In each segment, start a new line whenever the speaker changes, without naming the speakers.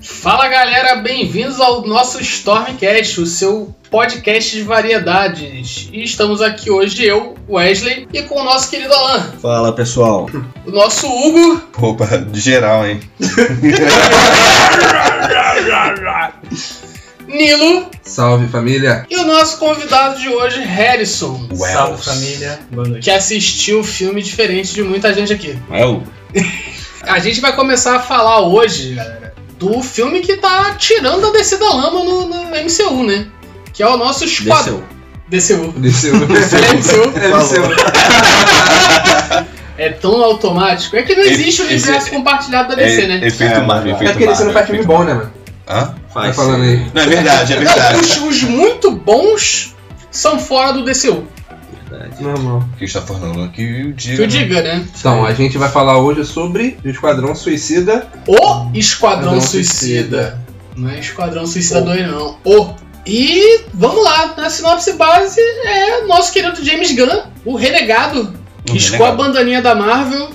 Fala galera, bem-vindos ao nosso Stormcast, o seu podcast de variedades. E estamos aqui hoje, eu, Wesley, e com o nosso querido Alan,
Fala pessoal.
o nosso Hugo
Opa, de geral, hein?
Nilo
Salve família!
e o nosso convidado de hoje, Harrison,
Wells.
Salve família, boa noite.
que assistiu o filme diferente de muita gente aqui.
É o
A gente vai começar a falar hoje, galera, do filme que tá tirando a descida da lama no, no MCU, né? Que é o nosso Esquadrão.
desceu.
DCU.
Desceu,
É MCU.
É, desceu.
É tão automático. É que não
Esse-
existe o
esse-
universo compartilhado da DC,
É,
né?
Efeito
É,
Marvel,
é
efeito
É porque esse
Marvel,
não faz filme
efeito-
bom, né, mano?
Hã?
Tá
Faz.
falando aí.
Não, é verdade, é
Não,
verdade.
os, os muito bons são fora do DCU.
Normal.
Christopher Nolan, que o
Que eu
diga.
diga, né?
Então, a gente vai falar hoje sobre o Esquadrão Suicida.
O Esquadrão
Esquadrão
Suicida. Não é Esquadrão Suicida 2, não. O. E vamos lá, na sinopse base é nosso querido James Gunn, o renegado,
Um
que escou a
renegado.
bandaninha da Marvel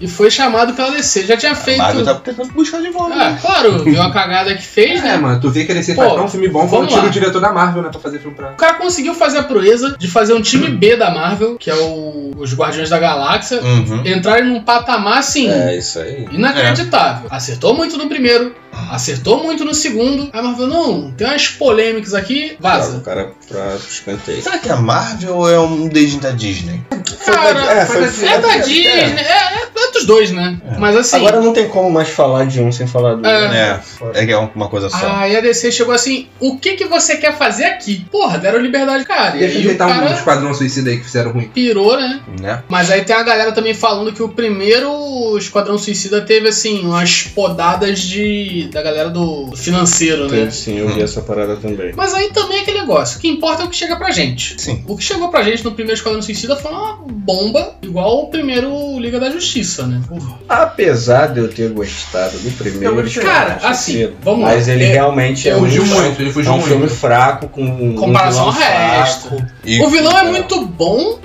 e foi chamado pela DC. Já tinha feito.
Marvel tá tentando buscar de volta.
Ah,
né?
claro, viu a cagada que fez, né?
É, mano, tu vê que ele sempre
Pô,
faz um filme bom quando
vamos
tira
lá.
o diretor da Marvel, né, pra fazer filme pra...
O cara conseguiu fazer a proeza de fazer um time B da Marvel, que é o- os Guardiões da Galáxia,
Uhum.
entrarem num patamar assim.
É isso aí.
Inacreditável. Acertou muito no primeiro, acertou muito no segundo. Aí A Marvel, não, tem umas polêmicas aqui,
Vaza.
vaza.
O cara pra escanteio.
Será que é Marvel ou é um dedinho da Disney?
Cara,
é,
foi-
foi-
é da
é,
Disney, é, é dos dois, né?
É.
Mas assim.
Agora não tem como mais falar de um sem falar do
É.
outro.
É. É que é uma coisa só.
Aí a DC chegou assim, o que que você quer fazer aqui? Porra, deram liberdade, cara.
E
E aí o
aproveitar um
cara
Esquadrão Suicida aí que fizeram ruim.
pirou, né?
Né?
Mas aí tem a galera também falando que o primeiro Esquadrão Suicida teve, assim, umas podadas de. da galera do do financeiro, né?
Tem, Sim, eu vi essa parada também.
Mas aí também é aquele negócio. O que importa é o que chega pra gente.
Sim.
O que chegou pra gente no primeiro Esquadrão Suicida foi uma bomba, igual o primeiro Liga da Justiça, né?
Apesar de eu ter gostado do primeiro.
Eu gostei.
Então, Cara,
acho
assim,
cedo.
vamos lá.
Mas ele
É,
realmente é um,
Fugiu muito, ele
é
fugiu
um
muito.
filme fraco com um
Comparação ao
vilão fraco,
resto.
E,
O vilão é
Não.
muito bom,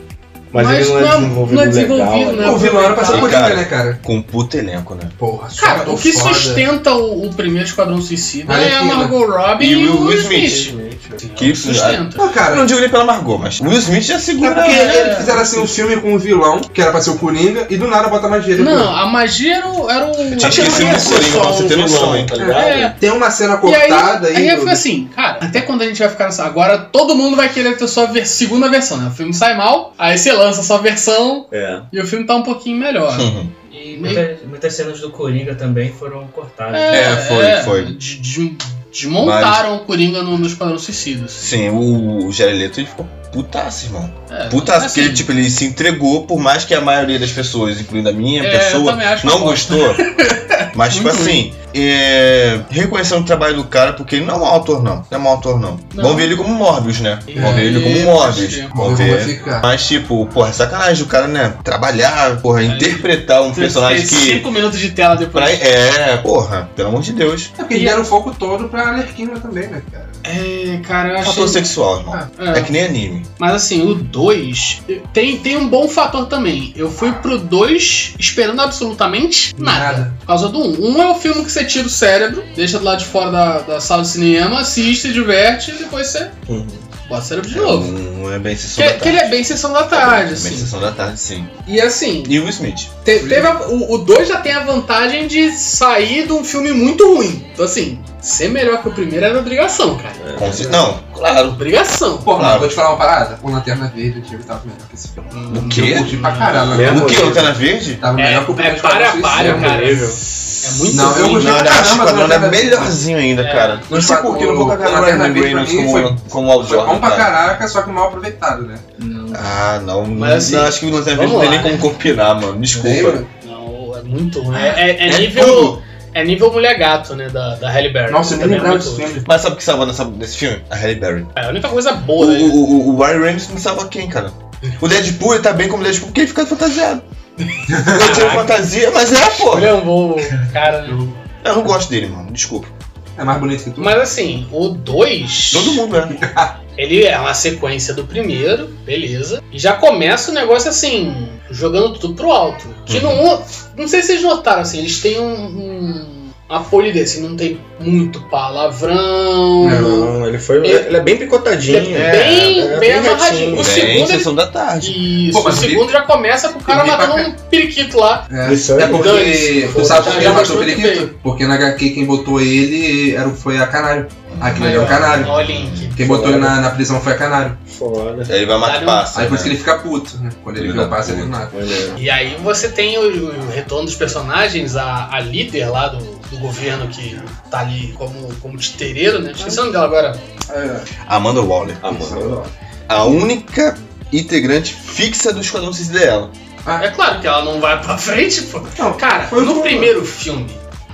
Mas, ele não é desenvolvido,
não é desenvolvido,
legal.
né?
O vilão era pra ser
E,
Coringa,
cara,
né, cara?
com um puto elenco, né?
Porra,
cara,
só
o que
foda.
sustenta o, o primeiro Esquadrão Suicida é a
Arlequina.
Margot Robbie
E
e,
Will
o Will
Smith.
Smith.
Que é.
Sustenta.
Não,
Eu
cara...
não digo nem pela Margot, mas Will Smith já
É
segura.
porque eles fizeram assim um filme com um vilão, que era pra ser o Coringa, e do nada bota mais dinheiro.
Não, a magia era o. Era o...
tinha esquecido do Coringa, pra você ter noção, hein?
tá ligado?
um É.
Tem uma cena
E aí,
cortada aí.
aí
do-
foi assim, cara, até quando a gente vai ficar nessa. Agora todo mundo vai querer ter sua ver- segunda versão, né? O filme sai mal, aí você lança a sua versão
É.
e o filme tá um pouquinho melhor.
Uhum.
E meio-
Muita- muitas cenas do Coringa também foram cortadas.
É, foi, foi.
de- de- desmontaram o Coringa no, no Esquadrão Suicida. assim.
Sim, o, o Jared Leto ele ficou putaço, irmão.
É,
Putaço, porque
assim,
ele, tipo, ele se entregou, por mais que a maioria das pessoas, incluindo a minha
é, eu
pessoa,
também acho
não
uma bosta.
gostou. Mas, tipo
Muito
assim, é... reconhecendo o trabalho do cara, porque ele não é um autor, não. Não é um autor, não.
Não.
Vão ver ele como Morbius, né? Vão ver ele como
É,
Morbius.
pode ser.
Vão
Vamos ver como vai
ver.
ficar.
Mas, tipo, porra, é sacanagem do cara, né? Trabalhar,
É.
porra, interpretar um
Tem-
personagem
tem
que.
Cinco minutos de tela depois.
pra- É, porra, pelo amor de Deus.
É porque eles deram o foco todo pra Alerquina também, né, cara?
É, cara, eu achei.
Fator sexual, irmão.
É.
É que nem anime.
Mas assim, o 2 tem, tem um bom fator também. Eu fui pro 2 esperando absolutamente nada.
Nada.
Por causa do 1. Um. um é o filme que você tira o cérebro, deixa do lado de fora da, da sala de cinema, assiste, se diverte e depois você
Uhum.
bota o cérebro de
É,
novo.
Não é bem sessão
Que,
da
que ele
tarde.
é bem sessão da tarde,
Bem
assim.
sessão da tarde, sim.
E assim,
E o Will Smith.
te- teve a- o 2 já tem a vantagem de sair de um filme muito ruim. Então assim, ser melhor que o primeiro era obrigação, cara.
Com cer- Não, claro.
Obrigação.
Pô,
Claro.
mano, vou te falar uma parada. O Lanterna Verde, eu tive tava melhor que esse filme.
O quê?
Hum, Eu curti pra caralho. né?
Mesmo
O que?
Poxa.
Lanterna Verde?
Tava melhor que o
É, é
primeiro Esquadrão
para a
Suicida, né?
para,
mano.
cara.
horrível.
É muito
Não, eu
ruim.
gostei
Não, não, acho
pra
que
caramba
o
do
Esquadrão é
Lanterna Verde.
melhorzinho ainda,
É.
cara. Não sei
Esquadrão-
por que eu não vou cagar
o
no
Lanterna
Ryan
Verde pra
Reynolds
mim foi-
como, como Al
Foi
Jordan,
bom pra
cara.
caraca, só que mal aproveitado, né?
Não,
Ah, não.
Mas assim,
não, acho que o Lanterna Verde não
vamos
tem nem
lá,
como combinar, mano. Desculpa.
Lembra?
não, é muito ruim. É, é- é
É
nível.
tudo.
É nível mulher gato, né? Da, da Halle Berry.
Nossa, eu nem
Também é
lembrava
muito
desse
ruim.
filme.
Mas sabe o que salva nessa, nesse filme? A Halle Berry.
É a única coisa
O,
boa. né?
o, o, o Ryan Reynolds não salva quem, cara? O Deadpool, ele tá bem como Deadpool porque ele fica fantasiado. Eu tiro fantasia, mas é, pô.
Ele é um bom cara. né?
Eu não gosto dele, mano. Desculpa.
É mais bonito que tu.
Mas assim, o 2,
Todo mundo é.
ele é uma sequência do primeiro, beleza. E já começa o negócio assim,
Uhum.
jogando tudo pro alto. Que no um, não sei se vocês notaram, assim, eles têm um, um- a polidense, não tem muito palavrão.
É
Não, ele foi.
Ele-
Ele é bem picotadinho.
É bem-
é
bem
retinho.
amarradinho. O
Bem,
segundo-
sessão da tarde.
Isso,
Pô,
o
mas
segundo já começa com o cara
ele-
matando um periquito lá.
É,
Isso aí.
é porque.
Dane-se.
Tu sabe por
Já-
que
já
ele matou o
mostrou que é
periquito? Porque na HQ quem botou ele era, o- foi a Canário.
Hum,
Ah,
Aquilo ali é o Canário.
Olha o link.
Quem botou ele na, na prisão foi a Canário.
Foda.
Aí vai matar
Aí
passa.
Aí por isso
é.
que
né?
ele fica puto, né? Quando ele
Filho
viu
da
o passe, ele
puta.
mata.
Ah,
Maneiro.
E aí você tem o, o retorno dos personagens, a, a líder lá do, do governo que tá ali como, como titereiro, né? Esqueci o nome dela agora. É.
Amanda Waller. A única integrante fixa do Esquadrão Suicida é ela.
É claro que ela não vai pra frente, pô.
Não,
Cara,
foi
no
uma.
primeiro filme,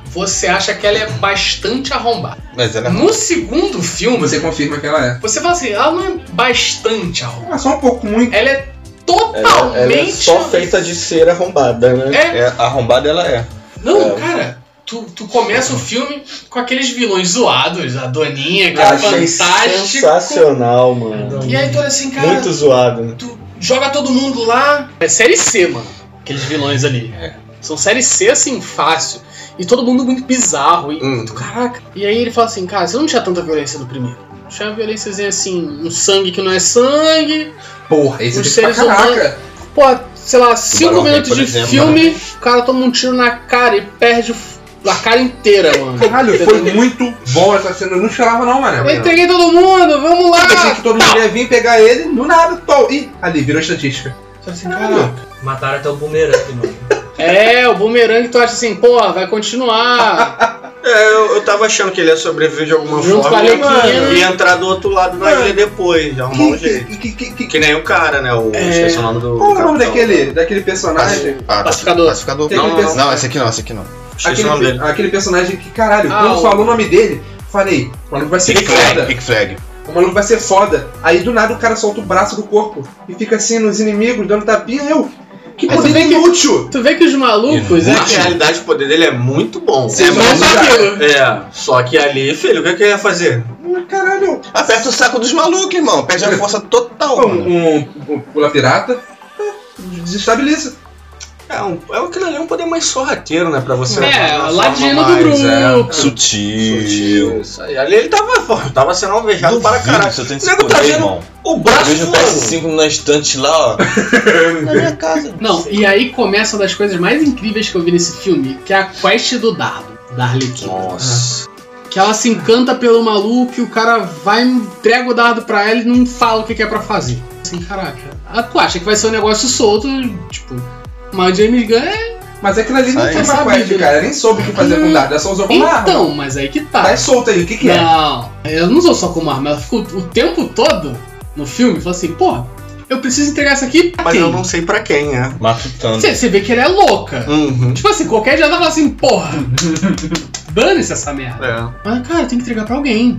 você acha que ela é bastante arrombada.
Mas ela é
No segundo filme, você,
Você confirma que ela é.
fala assim, ela não é bastante arrombada.
Ah, só um pouco muito.
Ela é
Ela,
totalmente...
ela é só
um-
feita de cera arrombada, né?
É,
É, arrombada ela é.
Não,
É.
cara, tu, tu começa o filme com aqueles vilões zoados, a Doninha, que é
Achei
fantástico.
sensacional,
É
mano.
E aí tu olha assim, cara,
Muito zoado.
tu joga todo mundo lá. É série C, mano, aqueles vilões ali. São série C, assim, fácil. E todo mundo muito bizarro. E,
Hum.
tu, caraca. E aí ele fala assim, cara, você não tinha tanta violência no primeiro. Tinha uma violênciazinha assim, um sangue que não é sangue.
Porra, esse
Os
tem pra
seres humanos-
caraca.
Pô, sei lá, cinco
Tubarão Rei,
minutos
por
de
exemplo, né?
filme, o cara toma um tiro na cara e perde o- a cara inteira, mano.
Caralho, foi muito bom essa cena. Eu não chorava não, mano.
Eu entreguei todo mundo, vamos lá!
Eu pensei que todo mundo ia vir pegar ele, do nada, tô. Ih, ali, virou estatística.
Só assim,
Caralho.
cara,
Mataram até o bumerangue, mano.
É, o bumerangue tu acha assim, pô, vai continuar.
É, eu, eu tava achando que ele ia sobreviver de alguma
Junto com a
forma e,
Arlequina.
mano,
né?
ia entrar do outro lado na ilha depois, arrumar um jeito.
Que, que, que, que,
Que nem o cara, né? O,
É.
Esqueci o nome do.
Qual é o nome
capitão.
daquele, daquele personagem?
Ah,
Pacificador.
Pacificador.
Tem
Não,
aquele
não, não,
personagem-
não, esse aqui não, esse aqui não.
Esqueci o nome
Aquele,
dele.
pe- aquele personagem que, caralho,
Ah,
quando
o-
falou o nome dele, falei, o maluco vai ser
Big Flag,
foda.
Big É, Flag.
O maluco vai ser foda. Aí do nada o cara solta o braço do corpo e fica assim nos inimigos, dando tapinha. Eu, que
Mas
poder
também É, que-
inútil!
Tu vê que os malucos,
Na
é.
realidade, o poder dele é muito bom.
Sim.
É mais aquilo.
É, só que ali, filho, o que, que ele ia fazer?
Hum, Caralho,
Aperta o saco dos malucos, irmão. Perde a força total.
um,
mano.
um, um pula pirata, ah, desestabiliza.
É, um, é aquilo ali é um poder mais sorrateiro, né? Pra você.
É,
uma
ladino
forma
do
mais,
grupo.
é.
Sutil.
Isso aí. Ali ele tava, pô, tava sendo alvejado para caralho.
se eu tenho
O nego tá vendo o
Eu
braço
vejo o
voando.
PS5 na estante lá, ó. na minha casa.
Não, e aí começa uma das coisas mais incríveis que eu vi nesse filme, que é a quest do dardo, da Arlequina.
Nossa.
Que ela se encanta pelo maluco e o cara vai, entrega o dardo pra ela e não fala o que que é pra fazer. Assim, caraca. Ah, Tu acha que vai ser um negócio solto, tipo, mas James Gunn é.
Mas aquilo ali não
Aí.
foi uma
Sabido,
quest,
né?
cara. Nem soube o que fazer com o dado, ela só usou como arma.
Então, mas aí que tá.
Tá é solto aí, o que que é?
Não, eu não usou só como arma, ela ficou o tempo todo no filme, falou assim, porra, eu preciso entregar isso aqui pra
Mas
quem?
eu não sei pra quem, é.
Matutando.
Você, você vê que ela é louca.
Uhum.
Tipo assim, qualquer dia ela fala assim, porra, dane-se essa merda.
É.
Mas, cara, eu tenho que entregar pra alguém.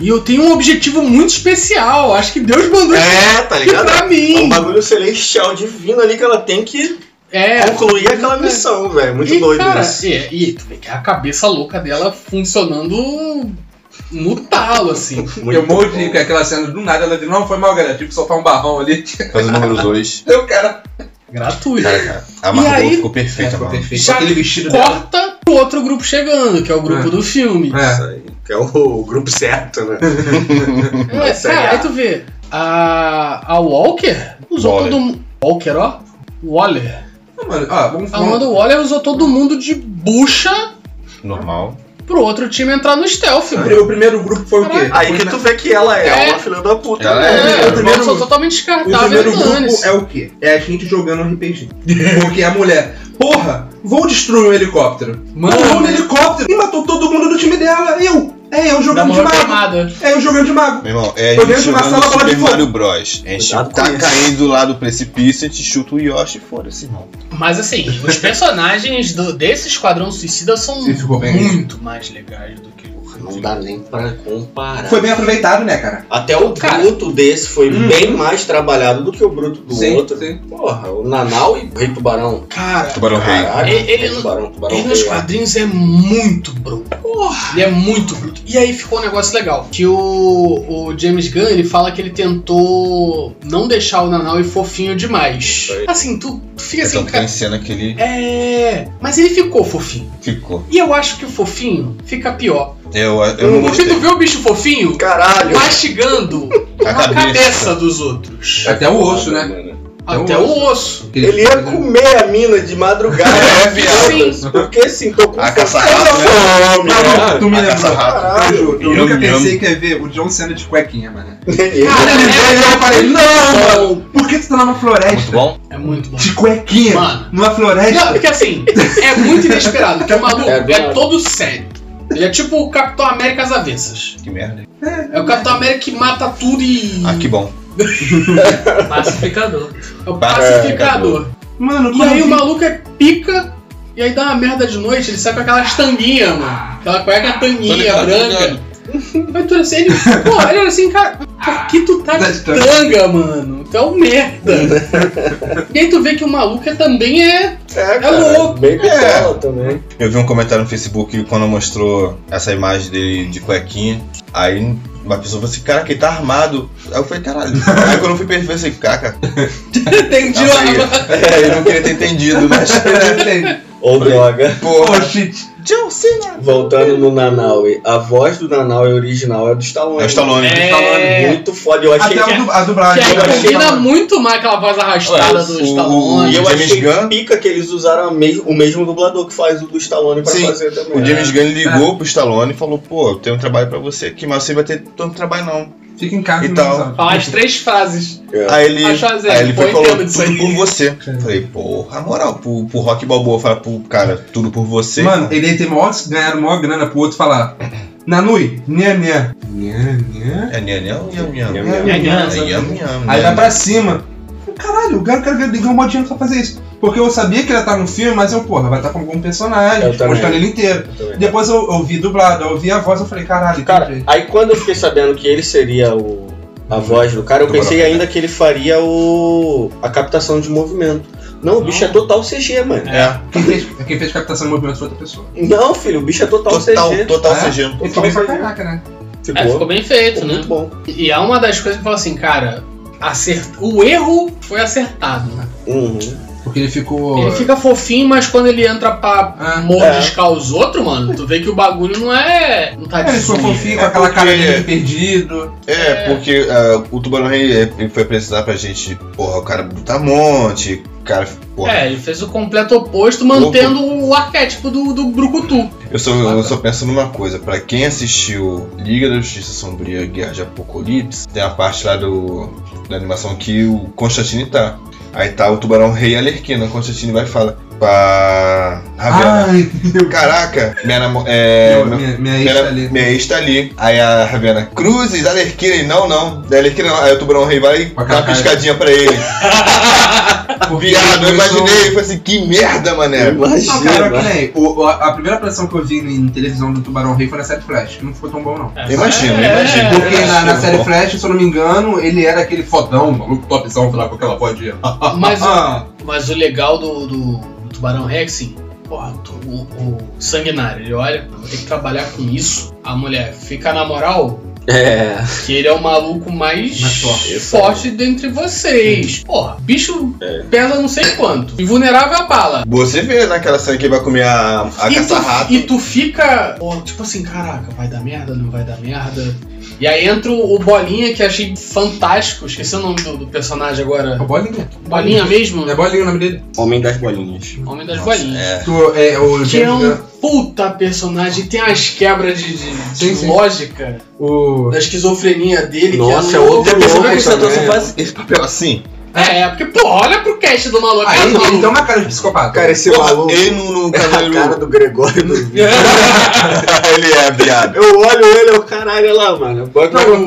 E eu tenho um objetivo muito especial, acho que Deus mandou isso
É, tá
aqui
ligado?
pra
É um
mim.
bagulho celestial divino ali que ela tem que
É.
concluir aquela missão, velho. um Muito
e,
doido né?
cara,
isso.
é, e tu vê que a cabeça louca dela funcionando no talo, assim.
eu morro de rir com aquela cena do nada, ela diz, não, foi mal, galera, tive que soltar um barrão ali.
Faz o número 2.
Eu, cara,
Gratuito.
Cara, cara,
E
a Margot
aí-
É, ficou
é
perfeita,
ficou
mano.
perfeito.
Já
aquele vestido dela.
corta pro outro grupo chegando, que é o grupo
É.
do filme.
É.
Isso aí, que é o, o grupo certo, né?
É,
Essa
cara,
é a-
aí tu vê. A, a Walker usou
Waller.
todo mundo. Walker, ó. Waller.
Não, mano, ó, vamos,
A
vamos,
Amanda Waller usou todo mundo de bucha
Normal.
pro outro time entrar no stealth,
o
bro.
pri- o primeiro grupo foi o quê?
É. Aí
tá
que tu vê que ela é,
É.
uma filha da puta,
Ela
É,
né?
o
eu
primeiro-
sou totalmente
O
descartável
primeiro
e dane-se.
grupo é o quê? É a gente jogando RPG. Porque a mulher, porra, vou destruir um helicóptero. Porra, um
Mano,
helicóptero! E matou todo mundo do time dela. Eu! É, eu
da
jogando de
mão
mago.
queimada.
É, eu jogando de mago.
Meu irmão, é a
Eu
gente
lembro de uma
jogando
sala bola de
Super
fogo.
Mario Bros. A gente
Cuidado com
tá
isso.
caindo lá do precipício, a gente chuta o Yoshi e foda-se, irmão.
Mas assim, os personagens do- desse Esquadrão Suicida são
Sim, ficou bem.
muito mais legais do que o
Não dá nem pra comparar.
Foi bem aproveitado, né, cara?
Até o
Cara.
bruto desse foi
Hum.
bem mais trabalhado do que o bruto do
Sim,
outro.
sim.
Porra, o Nanau e o Rei Tubarão.
Cara,
Tubarão Rei.
Caralho,
Ele- ele-
Tubarão, Tubarão
Ele nos
Rei. lá.
quadrinhos é muito bruto. Ele é muito bruto. E aí ficou um negócio legal. Que o, o James Gunn, ele fala que ele tentou não deixar o Nanau fofinho demais. Assim, tu, tu fica assim,
Então
cara...
tem cena que ele
É... Mas ele ficou fofinho.
ficou.
E eu acho que o fofinho fica pior.
Eu, eu não
Porque tu
gostei.
vê o bicho fofinho
Caralho.
mastigando
A
a
cabeça.
cabeça dos outros.
Até o osso, né? Até o
Até o osso.
Ele ia comer a mina de madrugada.
É, viado.
Sim.
Porque sim, tô com
A
fome.
caça-rato, né?
Fome, ó.
Ah, Tu me
A
lembrou.
caça-rato.
Ah,
Eu
Caralho.
juro, eu
Yum,
nunca
yum.
pensei que ia ver o John Cena de cuequinha, mano.
Cara,
Ele
é-
veio e eu falei, não, mano, por que tu tá lá na
Muito
floresta?
bom.
É muito bom.
De cuequinha,
Mano.
numa
Não,
floresta?
porque assim, é muito inesperado, porque o maluco
É,
é,
claro.
todo sério. Ele é tipo o Capitão América às avessas.
Que merda. hein?
É o Capitão América que mata tudo e.
Ah, que bom.
Pacificador.
é o pacificador.
Mano, assim?
E
quando
aí
eu
o
vi-
maluco é pica, e aí dá uma merda de noite, ele sai com aquelas tanguinhas, mano. Aquela cueca
Tô
tanguinha
ligado, tô
branca. Mas tu assim, ele. Pô, ele era assim, cara, por que tu tá
Tá
de
de tanga?
tanga, mano? Tu é um merda. e aí tu vê que o maluco é- também é.
É,
louco.
Bem pistola também.
Eu vi um comentário no Facebook quando mostrou essa imagem dele de cuequinha. Aí uma pessoa falou assim, cara, que tá armado. Aí eu falei, caralho. Aí quando eu fui perceber, eu falei, caca.
Entendi
Calma aí.
uma.
É, eu não queria ter entendido, mas.
Ou droga.
Oh,
Porra.
shit.
John Cena.
Voltando no Nanaui, a voz do Nanaui original é do Stallone.
É o Stallone.
É.
Muito foda, eu achei
Até
é
que...
o du-
Que
a
tá
é
dublagem.
aí
Eu achei
combina
mano.
muito mais aquela voz arrastada
Ué,
do
o-
Stallone.
E eu
James
achei
Gunn.
pica que eles usaram a me- o mesmo dublador que faz o do Stallone pra
Sim,
fazer também.
O James Gunn
É.
ligou pro Stallone e falou, pô, eu tenho um trabalho pra você aqui, mas você vai ter tanto trabalho não.
Fica em casa
E
não
tal.
usa.
Falar as três frases.
Aí ele,
Ah, Schwarzenegger,
aí ele foi e
pô,
falou,
entendo disso aí.
tudo por você. Falei, porra, moral, pro, pro Rock Balboa, fala pro cara, tudo por você.
Mano, ele ia ter maior, ganhar maior grana pro outro falar. Nanui, nha nha. Nha nha.
É nham, nham, nham, nham.
Nham, nham.
nha, nha, nha.
É nham, nham,
Aí
nham.
vai pra cima. Caralho, o cara quer ganhar um monte de dinheiro pra fazer isso. Porque eu sabia que ele ia estar no filme, mas eu, porra, vai estar com algum personagem, tipo,
Eu também.
mostrando ele inteiro.
Gunn.
Depois eu ouvi dublado, eu ouvi a voz, eu falei, caralho,
É, Cara,
entendi.
aí quando eu fiquei sabendo que ele seria o, a voz do cara, eu
Tubarão.
pensei ainda que ele faria o a captação de movimento. Não, o bicho é total CG, mano.
É,
Quem fez, quem fez captação de movimento foi outra pessoa.
Não, filho, o bicho é total,
total,
CG.
total
É?
CG.
E ficou bem pra caraca, né?
Ficou,
É, ficou bem feito,
ficou
né?
muito bom.
E é uma das coisas que eu falo assim, cara, acert... o erro foi acertado. né?
Uhum.
Porque ele ficou.
Ele fica fofinho, mas quando ele entra pra
Ah.
mordiscar os outros, mano, tu vê que o bagulho não é. Não tá
É, ele
de
ficou
zoeira.
fofinho
É
com aquela cara
porque-
dele de perdido.
É, porque ah, o Tubarão Rei é, ele foi apresentar pra gente, porra, o cara brutamonte, o cara, porra,
É, ele fez o completo oposto, mantendo o arquétipo do, do Brucutu.
Eu só, eu só penso numa coisa, pra quem assistiu Liga da Justiça Sombria Guerra de Apocalipse, tem a parte lá do, da animação que o Constantine tá. Aí tá o Tubarão Rei e a Lerquina. O Constantine vai e fala pra
Tá
Ravena.
Ai, meu
Caraca, minha namo- é, meu-
Ah. minha, minha ex
minha,
tá ali.
minha ex tá ali. Aí a Ravena, cruzes, a Lerquina. E Não, não. Da Lerquina não. Aí o Tubarão Rei vai e
Com a
dá uma
cara-
piscadinha pra ele.
Porque
Viado, eu
eles são-
imaginei. Eu falei assim, que merda, mané.
Imagina.
Não, cara, que nem. o- o- a primeira apresentação que eu vi em, em televisão do Tubarão Rei foi na série Flash, que não ficou tão bom, não.
Imagina, imagina.
Porque
É,
na, na
é
série
bom.
Flash, se eu não me engano, ele era aquele fodão, maluco topzão, lá, com aquela voz de.
Mas o-
Ah,
Mas o legal do, do, do Tubarão Rex, assim, porra, tu- o, o sanguinário, ele olha, vou ter que trabalhar com isso. A mulher fica na moral
É.
que ele é o maluco mais,
Mais forte.
forte dentre vocês. Porra, bicho pesa não sei quanto. E vulnerável à bala.
Você vê naquela cena que ele vai comer a, a
E tu,
caça-rato.
e tu fica, ó, tipo assim, caraca, vai dar merda, não vai dar merda. E aí entra o o Bolinha, que eu achei fantástico, esqueci o nome do, do personagem
é
agora.
bolinha.
Bolinha mesmo?
É bolinha o nome dele.
Homem das bolinhas.
Homem das Bolinhas.
É.
Tu é o
Que é
James
um
Gunn.
puta personagem, tem as quebras de, de- de
Sim, sim.
lógica
O.
da esquizofrenia dele.
Nossa,
que
é
um
outro
louco
personagem
também.
que você trouxe pra-
né? esse papel assim.
É, é, porque, pô, olha pro cast do maluco.
Aí
é
então, Ah, ele, ele
maluco.
tem uma cara de psicopata.
Cara, esse
Porra,
maluco.
ele no, no
É a
cabelo.
cara do Gregório do vídeo.
ele é viado.
Eu olho ele, eu caralho, olha lá, mano. Bota
Não,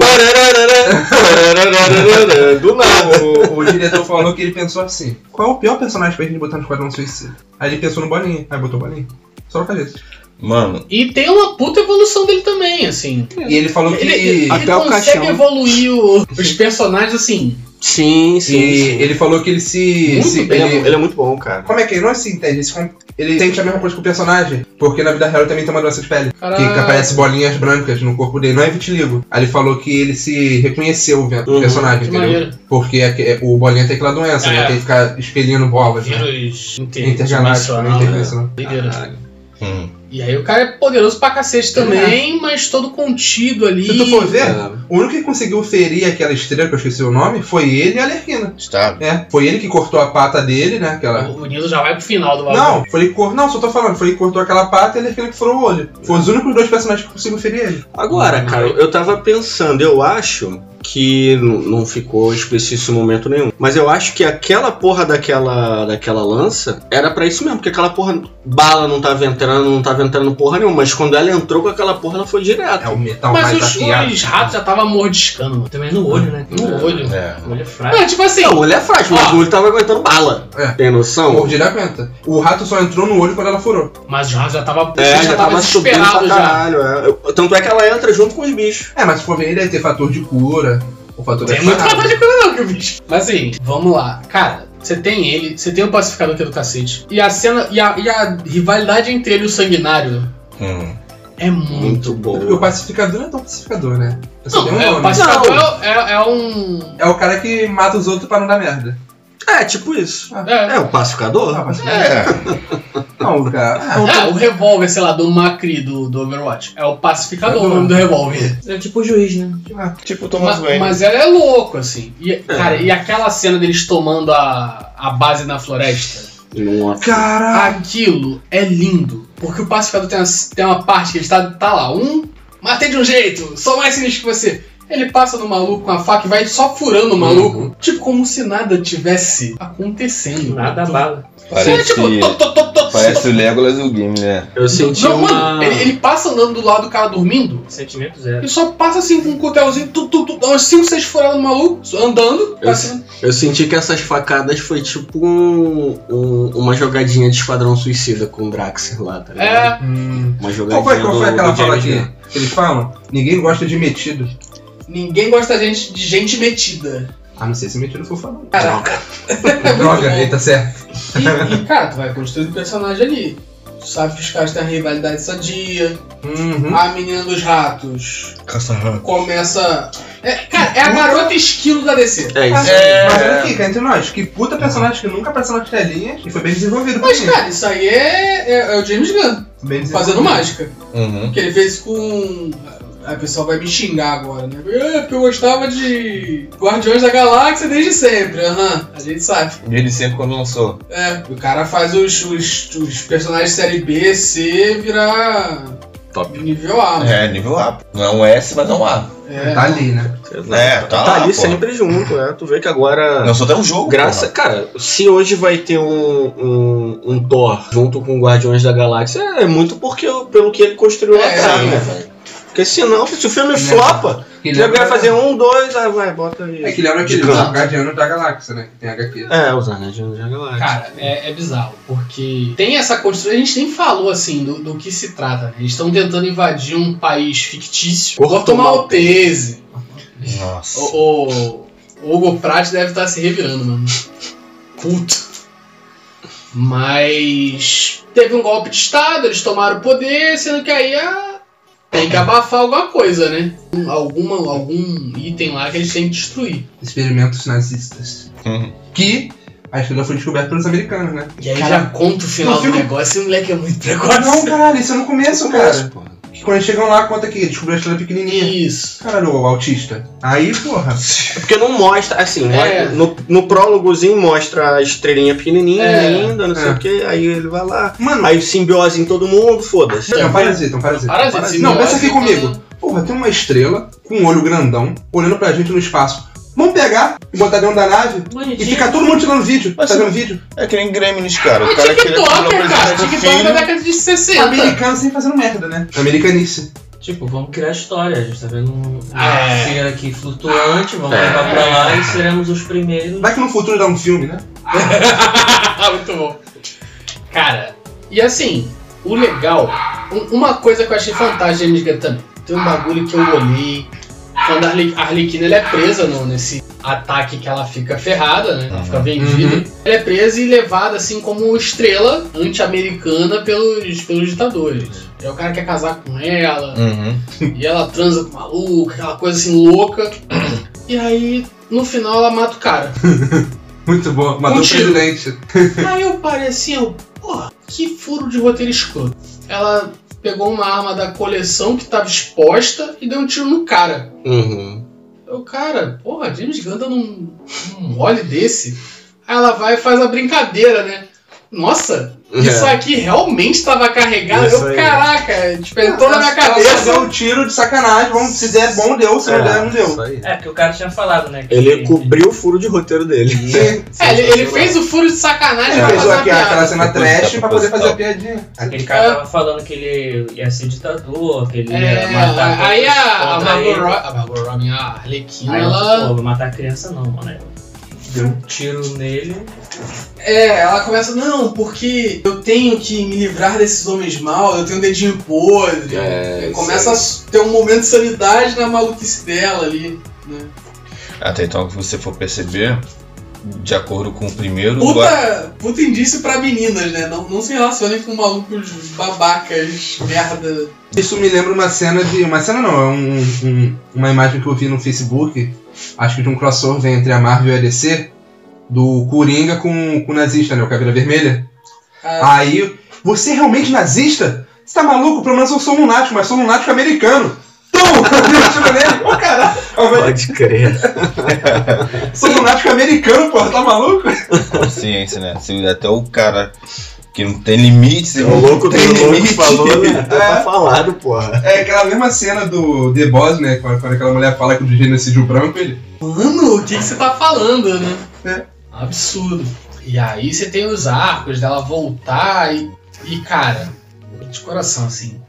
Pararararara. Do nada.
O, o diretor falou que ele pensou assim: qual é o pior personagem pra gente botar no Esquadrão Suicida? Aí ele pensou no Bolinha, aí botou Bolinha. Só por causa disso.
Mano,
E tem uma puta evolução dele também, assim.
E ele falou que.
Ele, ele- ele
Até o
consegue
caixão.
evoluir o- os personagens, assim,
Sim,
e ele falou que ele se.
Muito
se-
Ele, é,
ele-
ele é muito bom, cara.
Como é que ele não se entende? Ele, se com- ele sente a mesma coisa que o personagem. Porque na vida real ele também tem uma doença de pele. Que, que
Caraca.
aparece bolinhas brancas no corpo dele. Não é vitiligo. Aí ele falou que ele se reconheceu vendo o
Uhum.
personagem,
de
entendeu?
maneira.
Porque é que- é- o bolinha tem aquela doença,
É.
né? Tem que ficar expelindo bolas, né?
Vírus inter-
Intergaláctico, né?
dimensional, né?
Interdimensional.
Doideira.
hum,
E aí o cara é poderoso pra cacete também, mas todo contido ali.
Se tu for ver,
É.
o único que conseguiu ferir aquela estrela, que eu esqueci o nome, foi ele e a Lerquina.
está.
É, foi ele que cortou a pata dele, né? Aquela...
O Nilo já vai pro final do bagulho.
Não, foi ele que cortou. Não, só tô falando, foi ele que cortou aquela pata e a Lerquina que furou o olho. Foi os únicos dois personagens que conseguiram ferir ele.
Agora, cara, eu tava pensando, eu acho que n- não ficou explícito em momento nenhum. Mas eu acho que aquela porra daquela, daquela lança era pra isso mesmo, porque aquela porra bala não tava entrando, não tava entrando porra nenhuma, mas quando ela entrou com aquela porra, ela foi direto.
É o metal
Mas
mais
os,
afiado.
os ratos já estavam mordiscando, mano.
Também no olho, né?
No olho.
É.
O olho é fraco.
É, tipo assim,
Não, o olho é frágil, mas
Ó.
o olho tava aguentando bala.
É.
Tem noção?
Mordilhamento. O rato só entrou no olho quando ela furou.
mas os ratos já tava,
É,
já tava
subindo
desesperado
pra
já.
caralho. é. Eu- Tanto é que ela entra junto com os bichos.
É, mas se for ver, ele deve ter fator de cura. O fator
Tem
da
muito
charada.
trabalho de coisa não, que o bicho. Mas assim, vamos lá. Cara, você tem ele, você tem o pacificador que é do cacete. E a cena. E a, e a rivalidade entre ele e o sanguinário
Hum.
é muito.
É porque o pacificador não é tão pacificador, né? Eu só tenho
Não,
um
é, o
nome.
pacificador é, é- é um.
É o cara que mata os outros pra não dar merda.
É, tipo isso.
É,
É, o
Ah,
pacificador.
pacificador.
É.
Não, cara.
é, o revólver, sei lá, do Macri do, do Overwatch. É o pacificador o nome do revólver.
É tipo o juiz, né?
Tipo Thomas
Ma-
Wayne. É.
Mas ela é louco, assim. E, Cara, e aquela cena deles tomando a, a base na floresta?
Nossa.
Caralho.
Aquilo é lindo. Porque o pacificador tem uma, tem uma parte que ele tá, tá lá, um. Matei de um jeito, sou mais sinistro que você. Ele passa no maluco com a faca e vai só furando o maluco.
Uhum.
Tipo, como se nada tivesse acontecendo.
Nada bala.
É,
Parece,
tipo, tô, tô, tô, tô,
parece o Legolas e o Game, né?
Eu senti
Não,
uma...
mano, ele, ele passa andando do lado do cara dormindo
Sentimento zero.
e só passa assim com um cutelzinho, tu, tu, tu, dá umas 5, 6 furadas no maluco, andando,
Eu-
passando.
Eu senti que essas facadas foi tipo um, um- uma jogadinha de Esquadrão Suicida com o Draxler lá, tá ligado?
É,
Hum.
Uma jogadinha
Qual foi, qual foi
do-
aquela
do
fala
James
que,
Gunn.
que eles falam? Ninguém gosta de metido.
ninguém gosta de gente, de gente metida.
Ah, não sei se metido foi falando.
Caraca.
Droga, ele tá certo.
E, e, cara, tu vai construindo o personagem ali. Tu sabe que os caras têm uma rivalidade sadia.
Uhum.
A menina dos ratos
Caça
começa. É, cara, é a garota esquilo da DC.
É isso.
É... Mas olha aqui, cá entre nós, que puta personagem que nunca apareceu nas telinhas e foi bem desenvolvido.
Mas,
pra mim.
cara, isso aí é, é, é o James Gunn
bem desenvolvido.
fazendo mágica.
Uhum.
Porque ele fez com. A pessoa vai me xingar agora, né? É, porque eu gostava de Guardiões da Galáxia desde sempre. Aham, a gente sabe.
E ele sempre quando lançou.
É, o cara faz os, os, os personagens série B, C, virar
Top.
nível A. mano.
É, nível A. Não é um S, mas é um A.
É.
Tá ali, né?
É, tá lá,
ali
pô.
sempre junto, é. Tu vê que agora...
Lançou até um jogo.
Graça, cara, se hoje vai ter um, um, um Thor junto com Guardiões da Galáxia, é muito porque eu- pelo que ele construiu lá
É,
atrás,
sim.
né, velho? Porque senão, se o filme
É.
flopa,
Que
ele vai fazer um, dois, aí vai, bota aí.
É que ele era aquele
De canto.
Guardiano da Galáxia, né? Que tem HQ.
É, os Anéis da Galáxia.
Cara, é, é bizarro, porque tem essa construção. A gente nem falou assim do, do que se trata. né? Eles estão tentando invadir um país fictício.
Corto
Corto Maltese.
Nossa.
O, o, o Hugo Pratt deve estar se revirando, mano. Culto. Mas teve um golpe de Estado, eles tomaram o poder, sendo que aí a- tem que abafar alguma coisa, né? Um- Alguma, algum item lá que eles têm que destruir.
Experimentos nazistas.
Uhum.
Que a estrela foi descoberta pelos americanos, né?
E aí
Cara,
já conta o final
eu fico-
do negócio e o moleque é muito
Não,
precoce.
caralho, isso é no começo,
Nossa,
cara.
porra.
Que quando eles chegam lá, conta que descobriu a estrela pequenininha.
Isso.
Caralho, o autista. Aí, porra.
É Porque não mostra, assim,
É.
no, no prólogozinho mostra a estrelinha pequenininha
É.
ainda, não sei
É.
o que, aí ele vai lá,
Mano,
aí o simbiose em todo mundo, foda-se.
é um parasita, é um parasita. né?
Parasita,
Não,
simbiose,
pensa aqui comigo.
então-
Porra, tem uma estrela com um olho grandão olhando pra gente no espaço. Vamos pegar e botar dentro da nave e
Bonitinho.
ficar todo mundo tirando vídeo.
Mas
tá
você-
dando vídeo.
É que nem Gremlins, cara. O
É
cara tá queria comprar
TikToker,
o
cara.
presente do
TikTok é da
filho.
década de 60.
Americano sempre fazendo merda, né? Americanice.
Tipo, vamos criar história. A gente tá vendo um-
Ah, é.
uma feira aqui flutuante, vamos levar pra lá e seremos os primeiros.
Vai que no futuro dá um filme, né?
Muito bom. Cara, e assim, o legal Um- Uma coisa que eu achei fantástica de James Gunn também. Tem um bagulho que eu olhei. Quando a Arle- a Arlequina ela é presa no- nesse ataque que ela fica ferrada, né? Ela fica vendida.
Uhum.
Ela é presa e levada assim como estrela anti-americana pelos, pelos ditadores. E aí o cara quer casar com ela,
Uhum.
e ela transa com o maluco, aquela coisa assim louca. E aí, no final, ela mata o cara.
Muito bom. Matou o
Contigo.
presidente.
Aí eu parei assim, eu, porra, que furo de roteiro escroto. Ela pegou uma arma da coleção que tava exposta e deu um tiro no cara.
Uhum.
Eu, cara, porra, James Gunn dá num, num mole desse. Aí ela vai e faz a brincadeira, né? Nossa, isso
É.
aqui realmente tava carregado.
Isso
eu,
aí.
caraca, despertou
Ah,
na minha cabeça.
Deu um tiro de sacanagem. Vamos, se der bom, deu. Se não der, não deu.
isso aí.
É, porque o cara tinha falado, né? que-
Ele cobriu o furo de roteiro dele.
É, ele, ele fez o furo de sacanagem
Ele
pra
É, fez
fazer a
aqui,
piada.
aquela cena trash pra poder fazer a
proposital.
piadinha.
Aquele cara tava falando que ele ia ser ditador, que ele ia
É,
matar.
aí
todos
a, a
contra
Margot
ele.
Robbie, a Margot Robbie, a Arlequina,
Aí ela,
ela,
pô, vou matar criança não, mano. Aí Deu um tiro nele.
é, ela começa, não, porque eu tenho que me livrar desses homens mal, eu tenho um dedinho podre.
É,
começa a ter um momento de sanidade na maluquice dela ali.
Até então, se você for perceber, de acordo com o primeiro.
Puta, puta indício pra meninas, né? Não, não se relacionem com malucos babacas, merda.
Isso me lembra uma cena de. Uma cena não, é um, um- uma imagem que eu vi no Facebook, acho que de um crossover entre a Marvel e a DC, do Coringa com, com o nazista, né? O Caveira Vermelha.
Ah,
Aí, você é realmente nazista? Você tá maluco? Pelo menos eu sou um lunático, mas sou um lunático americano. Tum! Deu um tiro nele. Ô, caralho!
Pode crer.
Sou um lunático americano, porra, tá maluco?
consciência, né? Se até o cara que não tem limites,
É O louco que
tem
o louco
limite.
falou, né?
É.
Tá falado, porra.
É aquela mesma cena do The Boss, né? Quando, quando aquela mulher fala que o genocídio branco, ele.
Mano, o que, que você tá falando, né?
É.
Absurdo. E aí você tem os arcos dela voltar e. E cara, de coração, assim.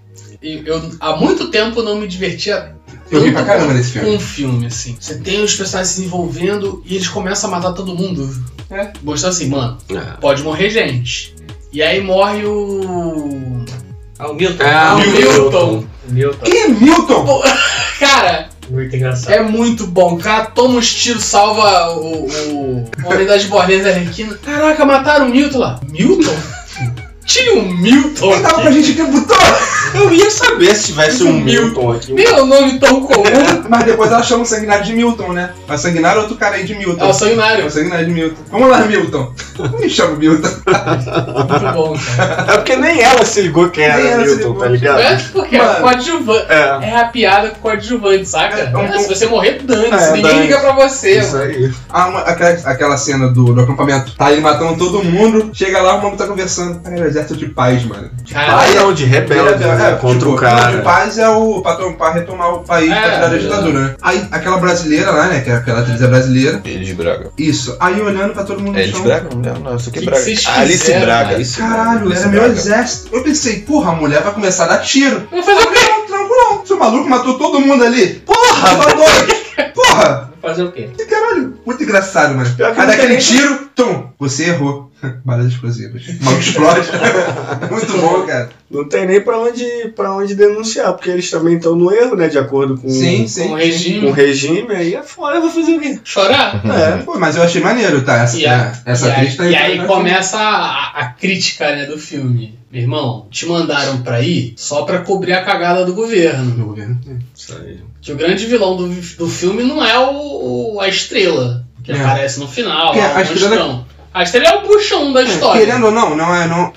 Eu, eu há muito tempo não me divertia
Eu vi pra
tanto
caramba nesse filme.
com um filme, assim. Você tem os personagens se envolvendo e eles começam a matar todo mundo.
É.
Mostrando assim, mano,
É.
pode morrer gente. E aí morre o.
Ah, o Milton.
Ah,
o É, Milton.
O Milton.
Quem é Milton?
Cara,
Muito engraçado.
é muito bom. O cara toma uns tiros, salva o, o o Homem das Bordas da Arlequina. Caraca, mataram o Milton lá. Milton? Tinha um Milton?
Quem tava com a gente o tempo todo?
Eu ia saber se tivesse um
Isso, Milton.
Milton aqui.
Nem é um nome tão comum.
Mas depois ela chama o Sanguinário de Milton, né? Mas Sanguinário é outro cara aí de
É o
Milton. É o
Sanguinário.
Sanguinário de Milton. Vamos lá, Milton. Não me chama Milton.
Muito bom, cara.
É porque nem ela se ligou quem
Nem
era
ela se
Milton,
ligou.
tá ligado?
É porque é
Mano.
coadjuvante.
É.
É a piada com coadjuvante, saca?
É, é um
É, se você morrer, dane-se.
É,
Ninguém
dane-se.
liga pra você.
Isso
mano.
aí.
Ah, uma- aquela, aquela cena do, do acampamento. Tá ele matando todo mundo. Chega lá, o maluco tá conversando. Cara, era exército de paz, mano.
Cara,
Aí não, de rebelde,
Era-
né?
é,
Contra
tipo,
o
de
cara.
paz é o pra, tom- pra retomar o país
um É,
pra tirar da
é.
ditadura, né? Aí aquela brasileira lá, né? Que é aquela atriz é brasileira.
Eles Braga.
Isso. Aí olhando pra todo mundo
É
no
Eles
chão.
Braga? Não, não, isso aqui é
Que que
Braga.
vocês
Alice
fizeram,
Braga.
cara?
Alice
Caralho,
Braga,
era
Alice
meu
Braga.
exército. Eu pensei, porra, a mulher vai começar a dar tiro.
vou fazer o quê?
Não, tranquilo. Seu maluco matou todo mundo ali. Porra! Tá doido. Porra!
Vai Fazer o quê?
Que caralho! Muito engraçado, mano.
Pior que não
Aí dá aquele
tem
tiro, tum! Você errou. Balas explosivas. Mal explode. Muito bom, cara.
Não tem nem pra onde, pra onde denunciar, porque eles também estão no erro, né? De acordo com,
Sim,
Com o
sim.
com o
regime.
regime, aí é foda, eu vou fazer o quê?
Chorar?
É.
Pô, mas eu achei maneiro, tá? Essa,
E a-
essa
e aí-
atriz tá
E aí começa a, a crítica né, do filme. Meu irmão, te mandaram pra ir só pra cobrir a cagada do governo.
Meu governo.
Isso aí.
Que o grande vilão do, do filme não é o, o- a estrela que
É.
aparece no final,
Que
lá,
a
o
estrela-
monstrão. A estrela é o buchão da história. É,
Querendo ou não, não é. Não...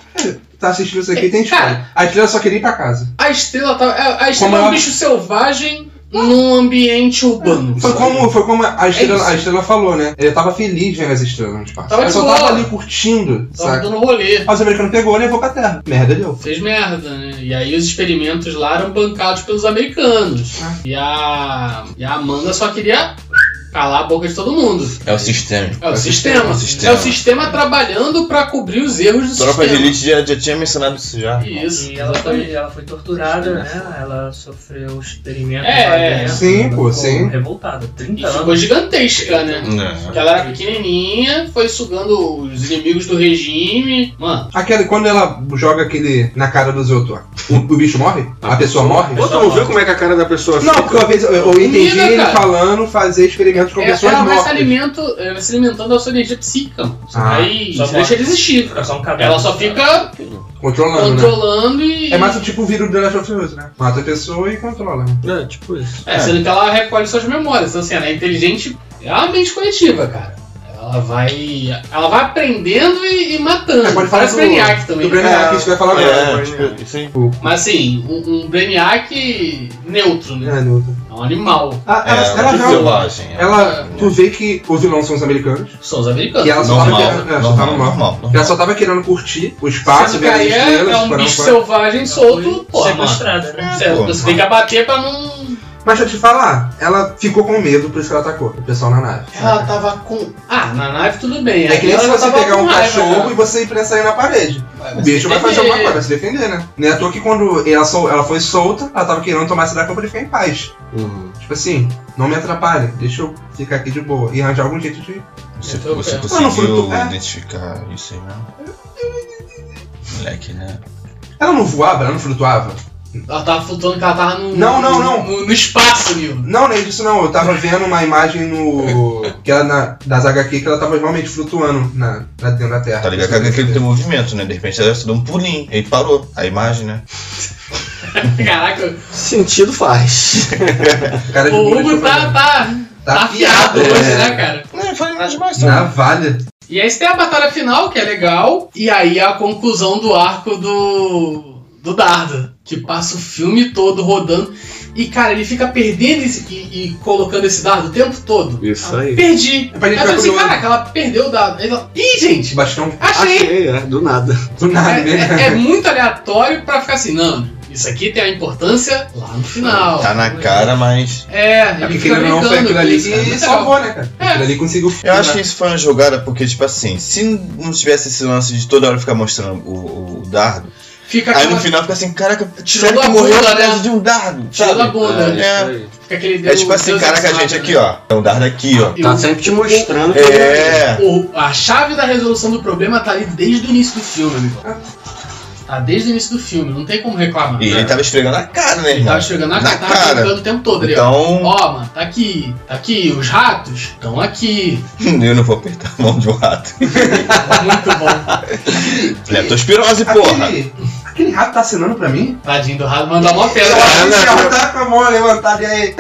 Tá assistindo isso aqui, tem
Cara.
história. A estrela só queria ir pra casa.
A estrela tá. é- A estrela
Como
é um
ela-
bicho selvagem num ambiente urbano.
Foi como, foi como a, estrela,
É isso.
a estrela falou, né? Ele tava feliz vendo as estrelas no espaço.
Tava
Ele
de
só
boa.
tava ali curtindo,
Tava
sabe?
dando rolê.
Mas o americano pegou e levou pra terra. Merda deu.
Fez merda, né? E aí os experimentos lá eram bancados pelos americanos.
Ah.
E a. E a Amanda só queria calar a boca de todo mundo.
É o sistema.
É o sistema.
sistema.
É o sistema trabalhando pra cobrir os erros do
Tropa de
sistema.
Elite já, já tinha mencionado isso já.
Isso.
E ela foi, ela foi torturada, né? Ela sofreu experimentos
É,
lá dentro.
sim, pô,
Ficou
sim.
Revoltada. 30
E ficou
anos.
gigantesca, né?
É.
Ela era pequenininha, foi sugando os inimigos do regime. Mano,
Aquele, quando ela joga aquele na cara dos outros, ó, o, o bicho morre? A pessoa morre?
Pô, tu não viu como é que a cara da pessoa
Não, porque uma vez eu, eu entendi
Menina,
ele
cara.
falando fazer experimentos com
é-
pessoas
ela vai se,
mortas.
alimento, ela vai se alimentando da sua energia psíquica. mano.
Ah.
Aí
Só
isso deixa de existir.
Ficou só um cadáver.
Ela só fica
Controlando, né?
controlando e.
É mais o tipo o vírus do The Last of Us, né? Mata a pessoa e controla. né?
É, tipo isso.
É, sendo que ela recolhe suas memórias. Então, assim, ela é inteligente, é uma mente coletiva, cara. Ela vai. Ela vai aprendendo e, e matando.
É, pode falar
Parece
do-
Brainiac
Do
também. né?
Brainiac, isso que vai falar
É,
agora.
tipo, isso aí.
Mas assim, um, um Brainiac neutro, né?
É, Newton.
É um animal.
Ah,
É,
ela, ela,
muito
já-
selvagem. é.
ela- tu vê que os vilões são os americanos,
São os americanos.
que ela só
Normal,
tava querendo, é, só
normal,
tava mal.
normal.
Ela só tava querendo curtir o espaço,
Sendo que
ver as
aí é,
estrelas,
é um
foram
bicho
fora.
selvagem solto,
Foi
pô, mano.
Sequestrada, né?
Você,
Pô,
você tem que abater pra não.
Mas deixa eu te falar, ela ficou com medo, por isso que ela atacou o pessoal na nave.
Ela tava com. Ah, na nave tudo bem.
É que nem
ela
se você
tava
pegar
com
um
raiva, né?
cachorro
cara.
e você ir prensar ele na parede.
Vai,
O bicho vai
se
fazer alguma
defender.
coisa, vai se defender, né? Não é à toa que quando ela, sol- ela foi solta, ela tava querendo tomar esse dracão pra ele ficar em paz.
Uhum.
Tipo assim, não me atrapalha, deixa eu ficar aqui de boa e arranjar algum jeito de.
Você,
Então,
você
é.
Ah, não foi
conseguiu
muito- é.
identificar isso aí mesmo? Moleque, né?
Ela não voava, ela não flutuava.
Ela tava flutuando que ela tava no.
Não, não, não.
No, no espaço, Nil.
Não, nem disso não, eu tava vendo uma imagem no. que ela na, das HQ que ela tava realmente flutuando na, na- dentro da Terra.
Tá ligado que aquele tem movimento, né? De repente ela deu um pulinho. Aí parou. A imagem, né?
Caraca,
Sentido faz.
Cara de
o
bunda
Hugo
que eu
tá,
falei.
tá, tá afiado
afiado,
hoje,
é.
né, cara?
Não, foi nada demais, não.
Navalha.
E aí você tem a batalha final, que é legal, e aí a conclusão do arco do. do Dardo, que passa o filme todo rodando. E, cara, ele fica perdendo esse, e, e colocando esse dardo o tempo todo.
Isso
Ela,
aí.
Perdi.
É pra
Aí eu falei
gente ficar
assim,
curioso.
caraca, ela perdeu o dado. Aí ela, Ih, gente,
Bastão
achei!
Achei, é, do nada.
do nada,
É,
né?
é- é muito aleatório pra ficar assim, não, isso aqui tem a importância lá no final.
Tá na cara, mas.
É,
É
ele
porque
fica assim, É.
querendo ou não foi
brincando
aquilo ali
aqui.
que salvou, né, cara? Aquilo ali conseguiu.
Eu acho que isso foi uma jogada porque, tipo assim, se não tivesse esse lance de toda hora ficar mostrando o, o- o dardo,
Fica
aí
aquela-
no final fica assim, caraca,
Tirou
sério
da
que morreu
bunda,
por causa
né?
de um dardo,
Tirou da
sabe?
bunda.
né?
É.
Fica aquele
É
dedo-
tipo assim,
dedo
caraca,
estrelado,
gente,
né?
aqui, ó. É um dardo aqui, ó.
E
Tá
o-
sempre te mostrando. que-
É.
o- a chave da resolução do problema tá ali desde o início do filme, amigo. Tá desde o início do filme, não tem como reclamar.
E ele tava esfregando a cara, né,
Ele
irmão?
tava chegando na,
na
cara, tava
cara.
brincando o tempo todo. Ele, ó,
Então,
ó, mano, tá aqui, tá aqui, os ratos estão aqui.
eu não vou apertar a mão de um rato.
Muito bom.
Leptospirose, porra!
Aquele, aquele rato tá assinando pra mim?
Tadinho do rato, mandou uma pedra.
Esse rato tá com a mão levantada e aí.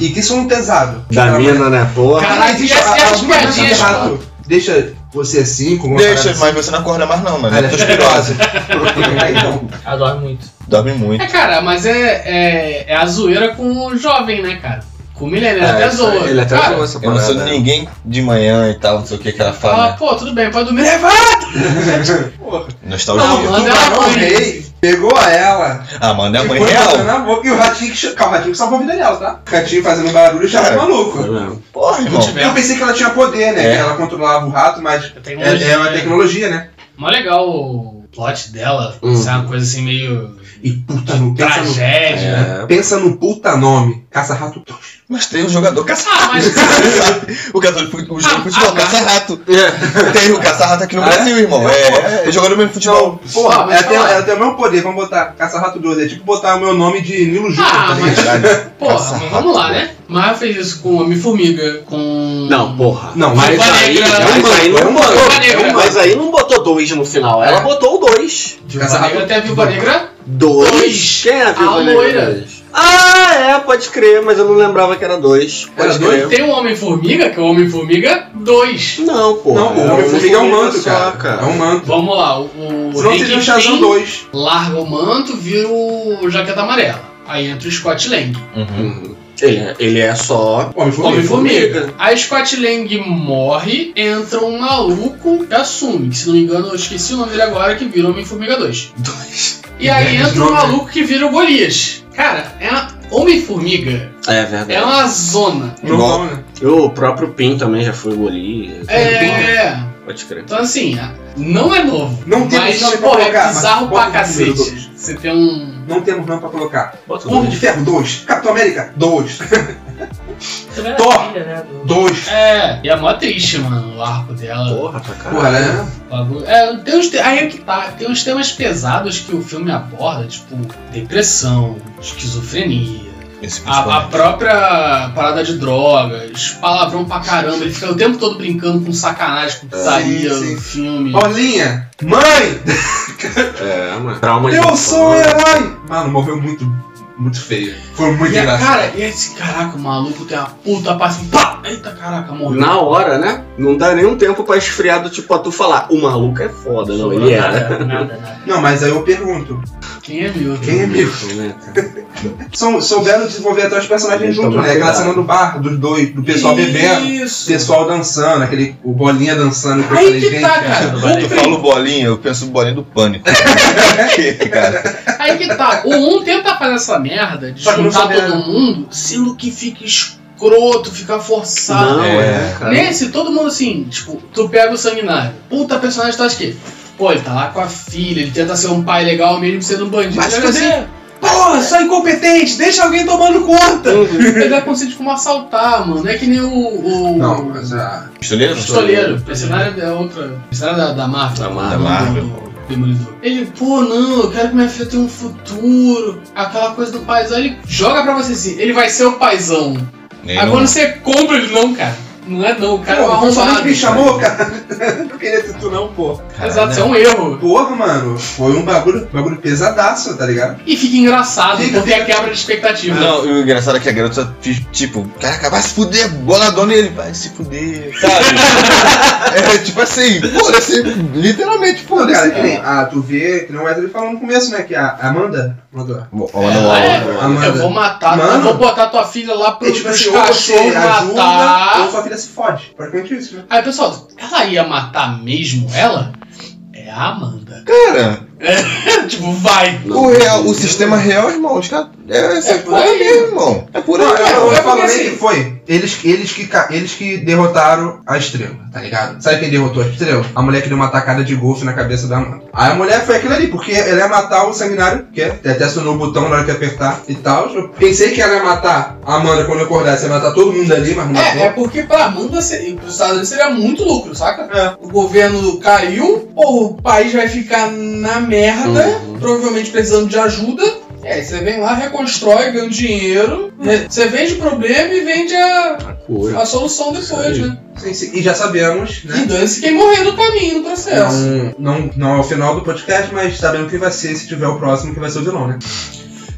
e que é um som pesado.
Da mina, né, porra.
Caralho, e
existe
é as- e as
alguma coisa que
piadinhas,
o rato
tipo-
deixa você assim, com uma
Deixa,
parada
mas você não acorda mais não, mano. É
Ah,
Leptospirose.
assim. Aí, então,
Adoro muito.
Dorme muito.
É, cara, mas é, é, é a zoeira com o jovem, né, cara? Com o milênio,
É,
até
isso
zoa.
aí, Ele até
cara,
zoou essa
Eu não sou
parada. né?
de ninguém de manhã e tal, não sei o que que ela
fala,
fala.
pô, tudo bem, pode dormir. Levanta!
né? Nostalgia.
Ah. Não, mano.
o
Manda ela
barão
pra ele.
rei pegou ela.
Ah, mano, é a
e
mãe
foi
real.
batendo na boca. E o ratinho que cho- calma, o ratinho que salvou a vida dela, tá? O ratinho fazendo barulho já era
Cara.
Foi
maluco.
mesmo.
Porra,
Não
irmão.
tiver.
Eu pensei que ela tinha poder, né?
É.
Que ela controlava o rato, mas
A
é,
tecnologia,
é uma
né?
tecnologia, né?
Mó legal o plot dela,
Hum.
isso é uma coisa assim meio
E puta, no, pensa, no,
tragédia.
É,
pensa no puta nome. Caça-rato
Mas tem um jogador
É.
caça
Ah, mas
O jogador de fute- o jogo de
Ah,
futebol, caça-rato.
É.
Tem o caça-rato aqui no
Ah, é?
Brasil, irmão. É, é jogador mesmo de
Não,
futebol.
porra,
Ah, mas
ela, tem,
fala.
ela tem o mesmo poder, vamos botar Caça-Rato 12. É tipo botar o meu nome de Nilo Júnior,
Ah,
tá ligado?
Caralho.
porra,
Caça-rato,
mas vamos lá, né? Marvel fez isso com Homem-Formiga, com.
Não, porra.
Não, mas
Viúva
aí,
Negra.
mas aí não
Viúva
botou.
Negra.
Mas aí não É. botou dois no final. Ela botou o dois.
Viúva
Essa-
Negra até a Viúva Negra.
Dois?
Dois.
Quem é a Viúva
A
Negra?
loira.
Ah, é, pode crer, mas eu não lembrava que era dois. Pode
Era
crer.
Tem o Homem-Formiga, que é o Homem-Formiga 2.
Não, pô.
Não, o Homem-Formiga é um manto, cara. É um manto.
Vamos lá, o. o
Senão
Rick
seria o
Finn
Shazam 2.
Larga o manto, vira o Jaqueta Amarela. Aí entra o Scott Lang.
Uhum.
Ele, é- ele é só.
Homem-Formiga.
Homem-Formiga. Aí Scott Lang morre, entra um maluco que assume, que se não me engano, eu esqueci o nome dele agora, que vira Homem-Formiga 2. E aí entra um maluco que vira o Golias. Cara, é uma... Homem-Formiga
É
é
verdade.
uma zona.
Não,
Igual-
né?
Eu, o próprio Pin também já foi goli.
É,
Pode crer.
então assim, não é novo.
Não temos
mas,
nome pra
porra,
colocar,
é
mas
bizarro
bota
pra
o número
cacete. Você tem um.
Não temos nome pra colocar.
Bota o
um
Homem de Ferro 2. Capitão América 2.
Também
Thor.
era filha, né? Do...
2.
É, e é mó triste, mano, o arco dela.
Porra, pra caralho.
Porra, né?
o bagulho. É, tem uns te- Aí é que tá, tem uns temas pesados que o filme aborda, tipo, depressão, esquizofrenia.
Esse
A, a
principalmente.
própria parada de drogas, palavrão pra caramba, ele fica o tempo todo brincando com sacanagem, com putaria
É. sim.
no filme.
Bolinha. Mãe,
É, mano. Trauma de
eu
infância.
sou um herói. Mano, morreu muito, muito feio. Foi muito
E a
engraçado.
é, cara, e esse caraca, o maluco tem uma puta passa assim, pá! Eita caraca, morreu.
Na hora, né? Não dá nenhum tempo pra esfriar do tipo, a tu falar, o maluco é foda, não,
Sobrou
ele é, né? era.
nada, nada, nada.
Não, mas aí eu pergunto.
Quem é meu?
Quem é meu?
né?
Sou- Souberam desenvolver até os personagens
Então,
juntos, né? Aquela cena do bar, dos dois, do pessoal bebendo. O
Isso.
pessoal dançando, aquele o bolinha dançando. eu
Aí
falei,
que
gente,
tá, cara.
do
O
Valeu.
Eu
prim-
falo bolinha, eu penso bolinha do pânico. Que, cara,
Aí que tá. O um tenta fazer essa merda de
Tá
Só que não
juntar
souberam.
todo mundo, sendo que fica escroto, fica forçado.
Não, é,
É.
cara.
Nesse, todo mundo assim, tipo, tu pega o sanguinário. Puta personagem, tu acha que. Pô, ele tá lá com a filha, ele tenta ser um pai legal mesmo sendo um bandido.
Mas
Ele
fica
vai dizer, Porra, só incompetente, deixa alguém tomando conta. ele vai conseguir como assaltar, mano. É que nem o. o
Não, mas é. a.
pistoleiro?
Pistoleiro. O Mercenário é outra. Mercenário da, da Marvel.
Da Marvel.
Da Marvel.
Do Demolidor. Ele, pô, não, eu quero que minha filha tenha um futuro. Aquela coisa do paizão. Ele joga pra você assim, ele vai ser o paizão.
Nem
Aí
não-
quando você compra ele, não, cara. Não é não, o cara é um
Pô, então o
arrombado.
personagem me chamou,
né?
cara. Não queria ter tu, não, pô.
Exato, isso é um erro.
Porra, mano. Foi um bagulho, bagulho pesadaço, tá ligado?
E fica engraçado,
Fica,
porque é
fica.
quebra de expectativa.
Não, e o engraçado é que a garota, fi- tipo, caraca, vai se fuder, boladona, e ele vai se fuder, sabe? é tipo assim, pô, assim, literalmente, pô,
Pô, cara,
assim.
que nem.
é.
Ah, tu vê, que nem o Wesley falou no começo, né? Que a Amanda. Amanda.
Ó, ó, ó, ó,
Ela é,
ó.
eu vou
Amanda.
matar,
Mano.
eu vou botar tua filha lá pro,
É tipo
pros
assim, ou você
cachorros
ajuda,
matar.
ou sua filha se fode. Praticamente isso, né?
Aí, pessoal, ela ia matar mesmo ela? É a Amanda.
Cara,
tipo, vai.
Não,
o, real,
não.
o sistema real, irmão, os caras. É essa
É por
porra
aí.
mesmo, irmão. É por
Não,
aí,
é,
cara.
eu
é
falo
porque
nem
assim-
que foi. Eles, eles, que, ca- eles que derrotaram a estrela, tá ligado? Sabe quem derrotou a estrela? A mulher que deu uma tacada de golfe na cabeça da Amanda. Aí a mulher foi aquilo ali, porque ela ia matar o sanguinário, que até acionou o botão na hora que apertar e tal. Eu pensei que ela ia matar a Amanda quando eu acordasse, ia matar todo mundo ali, mas não matou.
É, é porque pra Amanda seria, pros Estados Unidos seria muito lucro, saca? O governo caiu, ou o país vai ficar na merda,
né?
provavelmente precisando de ajuda. É, aí você vem lá, reconstrói, ganha um dinheiro. né? Você vende o problema e vende a,
A cura.
a solução depois,
Isso aí.
né?
Sim, sim. E já sabemos, né?
E dane-se quem morrer no caminho no processo.
Não, não, não é o final do podcast, mas sabemos quem vai ser, se tiver o próximo, que vai ser o vilão, né?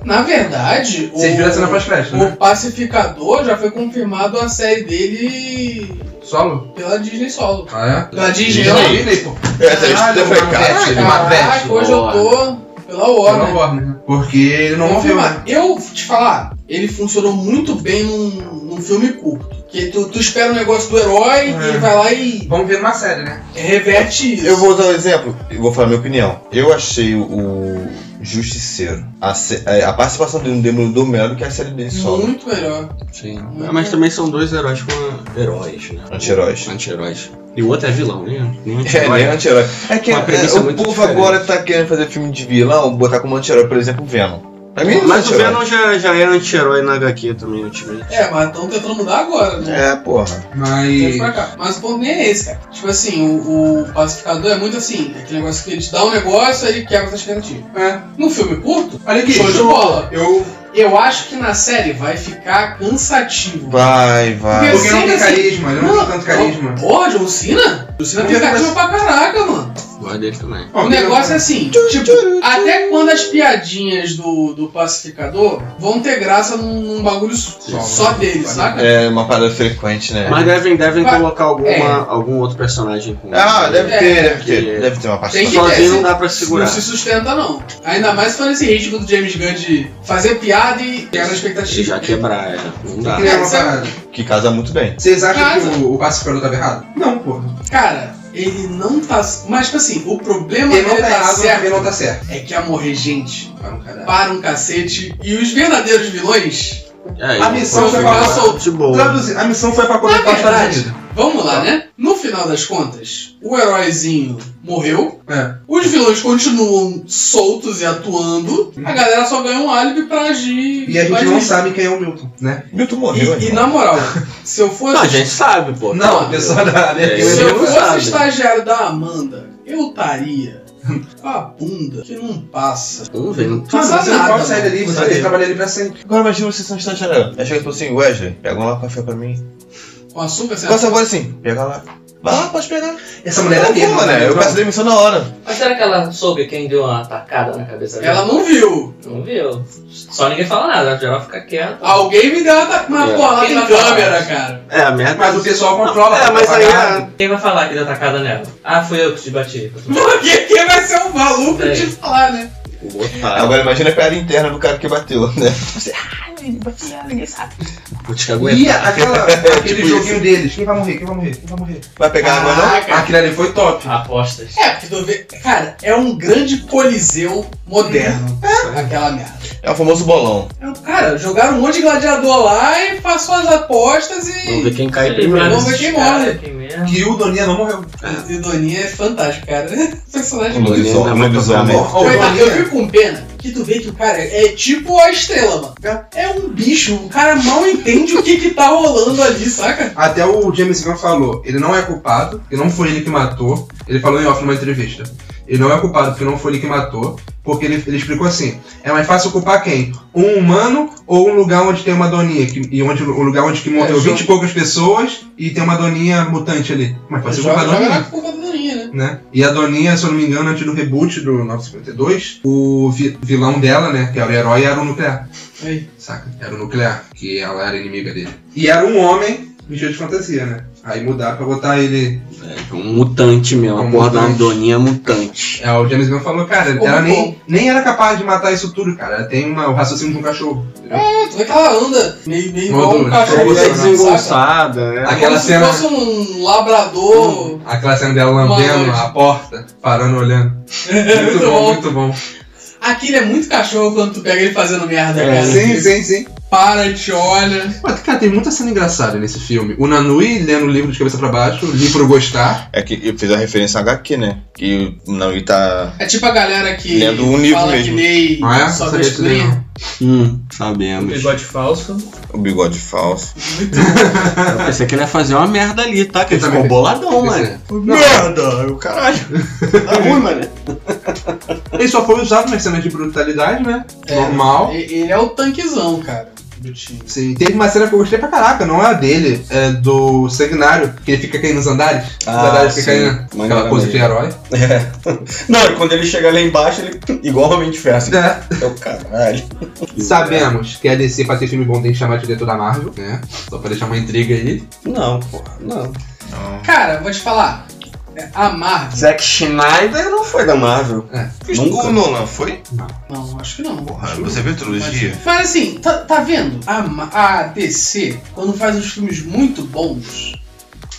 Na verdade,
Vocês viram a cena pós-crédito, né?
o pacificador já foi confirmado a série dele
Solo?
pela Disney solo.
Ah, é?
Pela Disney,
Disney.
ó.
Disney, pô.
Essa aí,
Caralho,
eu falei,
mano,
cara.
velho. Marvete.
Caraca, hoje eu tô pela
Pela
Warner.
Warner. né? Porque ele não morreu, né?
Confirmado. Eu te falar, ele funcionou muito bem num, num filme curto. Que tu, tu espera o negócio do herói
É.
e ele vai lá e
Vamos ver numa série, né?
reverte isso.
Eu vou usar um exemplo, eu vou falar minha opinião. Eu achei o- o Justiceiro, a, se- a- a participação de um demolidor melhor do que a série dele solo.
Muito melhor.
Sim. Ah, Mas também são dois heróis com heróis, né?
Anti-heróis.
Anti-heróis. E o outro é vilão, né? Nem
É,
anti-herói.
nem anti-herói. É que
Uma
é,
premissa
o
muito
povo
diferente.
agora tá querendo fazer filme de vilão, botar como anti-herói, por exemplo, o Venom. Pra mim, ele não é
Mas o
anti-herói.
Venom já, já é anti-herói na HQ também, ultimamente.
É, mas estão tentando mudar agora, né?
É, porra.
Tem
Mas.
pra cá. Mas o ponto nem é esse, cara. Tipo assim, o, o pacificador é muito assim, aquele negócio que ele te dá um negócio, aí ele quebra essa expectativa.
É.
No filme curto,
Olha aqui.
show de bola.
Eu.
Eu acho que na série vai ficar cansativo.
Vai, vai.
Porque não tem carisma, ele não tem tanto carisma.
Porra, John Cena? John Cena tem carisma pra caraca, mano.
Gosto dele também.
O negócio é assim, tipo, até quando as piadinhas do, do pacificador vão ter graça num, num bagulho só, só dele, saca?
É uma parada frequente, né?
Mas devem, devem
Mas-
colocar alguma,
é.
algum outro personagem com
Ah, deve
É,
ter, deve
porque-
ter. Deve ter uma
Tem que
participação.
ter,
Sozinho
se-
não dá pra É, segurar.
Não se sustenta, não. Ainda mais se for nesse ritmo do James Gunn de fazer piada e quebrar a
E
expectativa.
já quebrar, é. Não dá.
Que nem uma
É, sabe-
parada.
Que casa muito bem.
Vocês acham
Casa.
que o, o pacificador tava errado? Não, porra.
Cara, ele não tá. Mas, tipo assim, o problema
Ele não
dele
tá
tá,
errado,
certo
ele não tá certo.
é que ia morrer gente
Vai no caralho.
para um cacete e os verdadeiros vilões
É,
A
e
missão
foi
foi pra-
só tá de boa.
Traduzir, a missão foi pra
Na
conectar os Estados
verdade,
Unidos.
vamos
Tá.
lá, né? No final das contas, o heróizinho morreu,
É.
os vilões continuam soltos e atuando, a galera só ganha um álibi pra agir.
E a gente
mais
não
livre.
sabe quem é o Milton, né?
Milton morreu,
E, e na moral, se eu fosse.
Não, a gente sabe, pô.
Não, a pessoa da
É,
Se
ele
eu
não
fosse
sabe.
estagiário da Amanda, eu estaria com a bunda que não passa.
Vamos ver. não-
Mas você não
nada, né?
pode sair dali, você
Sabe.
tem que trabalhar ali pra sempre.
Agora imagina vocês são estagiários. Aí chega tipo assim, Wesley, pega um lá café pra mim.
Com açúcar, você
Qual sabor assim? Pega lá. Vai lá, pode pegar.
Essa mulher é
não,
da
vou,
mesma,
né? Eu peço demissão na hora.
Mas será que ela soube quem deu uma tacada na cabeça dela?
Ela não viu.
não viu. Só ninguém fala nada, já vai ficar quieta.
Alguém me deu uma ta- Mas,
É.
pô, lá
Quem
tem
vai
câmera, cara.
É, a merda.
Mas o pessoal controla.
É,
tá
mas aí
apagado.
Quem vai falar que deu tacada nela? Ah, fui eu que te bati.
Porque quem vai ser um maluco de falar, né?
a.
Agora imagina a piada interna do cara que bateu, né?
Putz, que
E
aguenta.
a- aquela, aquele
Tipo
joguinho deles. Quem vai morrer? Quem vai morrer? Quem vai morrer?
Vai pegar água não?
Caraca.
Aquilo ali foi top.
Apostas.
É, porque tu vê. Cara, é um grande coliseu moderno.
Uhum.
Aquela merda.
É o famoso bolão.
É, Cara, jogaram um monte de gladiador lá e passou as apostas
Vamos
e.
ver quem cai primeiro.
Vamos ver quem morre.
Quem mesmo.
Que o Doninha não morreu.
E Doninha é fantástico, cara. Personagem
Um lobisomem. Um lobisomem.
Ó, o
Coitado, eu
Doninha.
fico com pena que tu vê que o cara é tipo a estrela, mano. É um bicho, o cara mal entende o que que tá rolando ali, saca?
Até o James Gunn falou, ele não é culpado, que não foi ele que matou. Ele falou em off numa entrevista. Ele não é culpado porque não foi ele que matou, porque ele, ele explicou assim: é mais fácil culpar quem? Um humano ou um lugar onde tem uma doninha, que, e onde o lugar onde que morreu
É,
20
jogo.
e poucas pessoas e tem uma doninha mutante ali. Mas fácil
Joga,
culpar a
joga na
doninha.
culpa da Doninha, né?
né? E a Doninha, se eu não me engano, antes do reboot do 952, o vi- vilão dela, né, que era o herói, era o nuclear,
Aí.
saca? Era o nuclear, que ela era inimiga dele. E era um homem vestido de fantasia, né? Aí mudaram pra botar ele.
Um mutante mesmo.
Um
A porra da
mutante.
Andoninha é mutante.
É, o James Gunn falou, cara,
Como
ela
bom.
nem, nem era capaz de matar isso tudo, cara. Ela tem uma, o raciocínio de um cachorro. entendeu?
É, tu vê que ela anda meio, meio
Rodou,
igual um
né?
cachorro.
Rodou,
é
saca?
né?
desengonçada, é.
Aquela
Como se
cena- Hum,
fosse um labrador.
Aquela cena dela lambendo a porta, parando, olhando. Muito bom, muito bom.
Aquilo é muito cachorro quando tu pega ele fazendo merda, cara.
É, Sim, sim, sim.
Para, te olha.
Mas, cara, tem muita cena engraçada nesse filme. O Nanui lendo o livro de cabeça pra baixo, li por gostar.
É que eu fiz a referência a HQ, né? Que não e tá.
É tipo a galera que
Lendo um livro
fala que
mesmo.
lei
Não é?
só
Não
que
sabia disso daí,
escreve.
não.
Hum, sabemos.
Bigode falso.
O bigode falso.
Eu pensei que ele ia fazer uma merda ali, tá? Que ele
Eu também
ficou boladão,
pensei.
mano.
Não.
Merda! é o caralho. Tá ruim, mano.
Ele só foi usado nas cenas de brutalidade, né?
É.
Normal.
E- Ele é o tanquezão, cara, do time.
Sim, teve uma cena que eu gostei pra caraca, não é a dele, é do Sanguinário, que ele fica caindo nos andares. Os
Ah,
andares
sim.
fica caindo.
Maneiro
Aquela coisa de
mesmo.
herói.
Não, e quando ele chega lá embaixo, ele igual realmente fez assim.
É.
É o caralho.
Sabemos que a DC pra ter filme bom tem que chamar diretor da Marvel, né? Só pra deixar uma intriga aí.
Não, porra, não.
Cara, vou te falar. é, A Marvel.
Zack Schneider não foi da Marvel.
Nunca o Nolan foi?
Não, acho que não.
Porra, você viu a trilogia?
Mas assim, tá, tá vendo? A, Ma- a DC, quando faz uns filmes muito bons,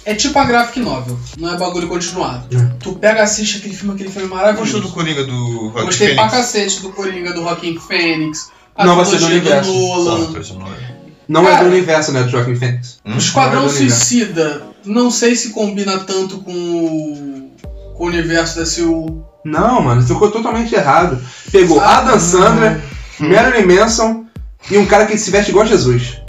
é tipo a graphic novel, não é bagulho continuado.
É.
Tu pega, assiste aquele filme, aquele filme
Gostou
maravilhoso.
do Coringa do Rock
Gostei
Fênix?
pra cacete do Coringa, do Rockin' Fênix, a
Não, vai ser do
trilogia
universo.
Nolan,
Porra, esse nome.
Não é
Cara.
do universo, né? Do Joaquim Phoenix.
o Esquadrão
Não é do universo.
Suicida. Não sei se combina tanto com o, com o universo da SU.
Não, mano, ficou totalmente errado. Pegou
Ah,
Adam Sandler,
Hum.
Marilyn Manson e um cara que se veste igual a Jesus.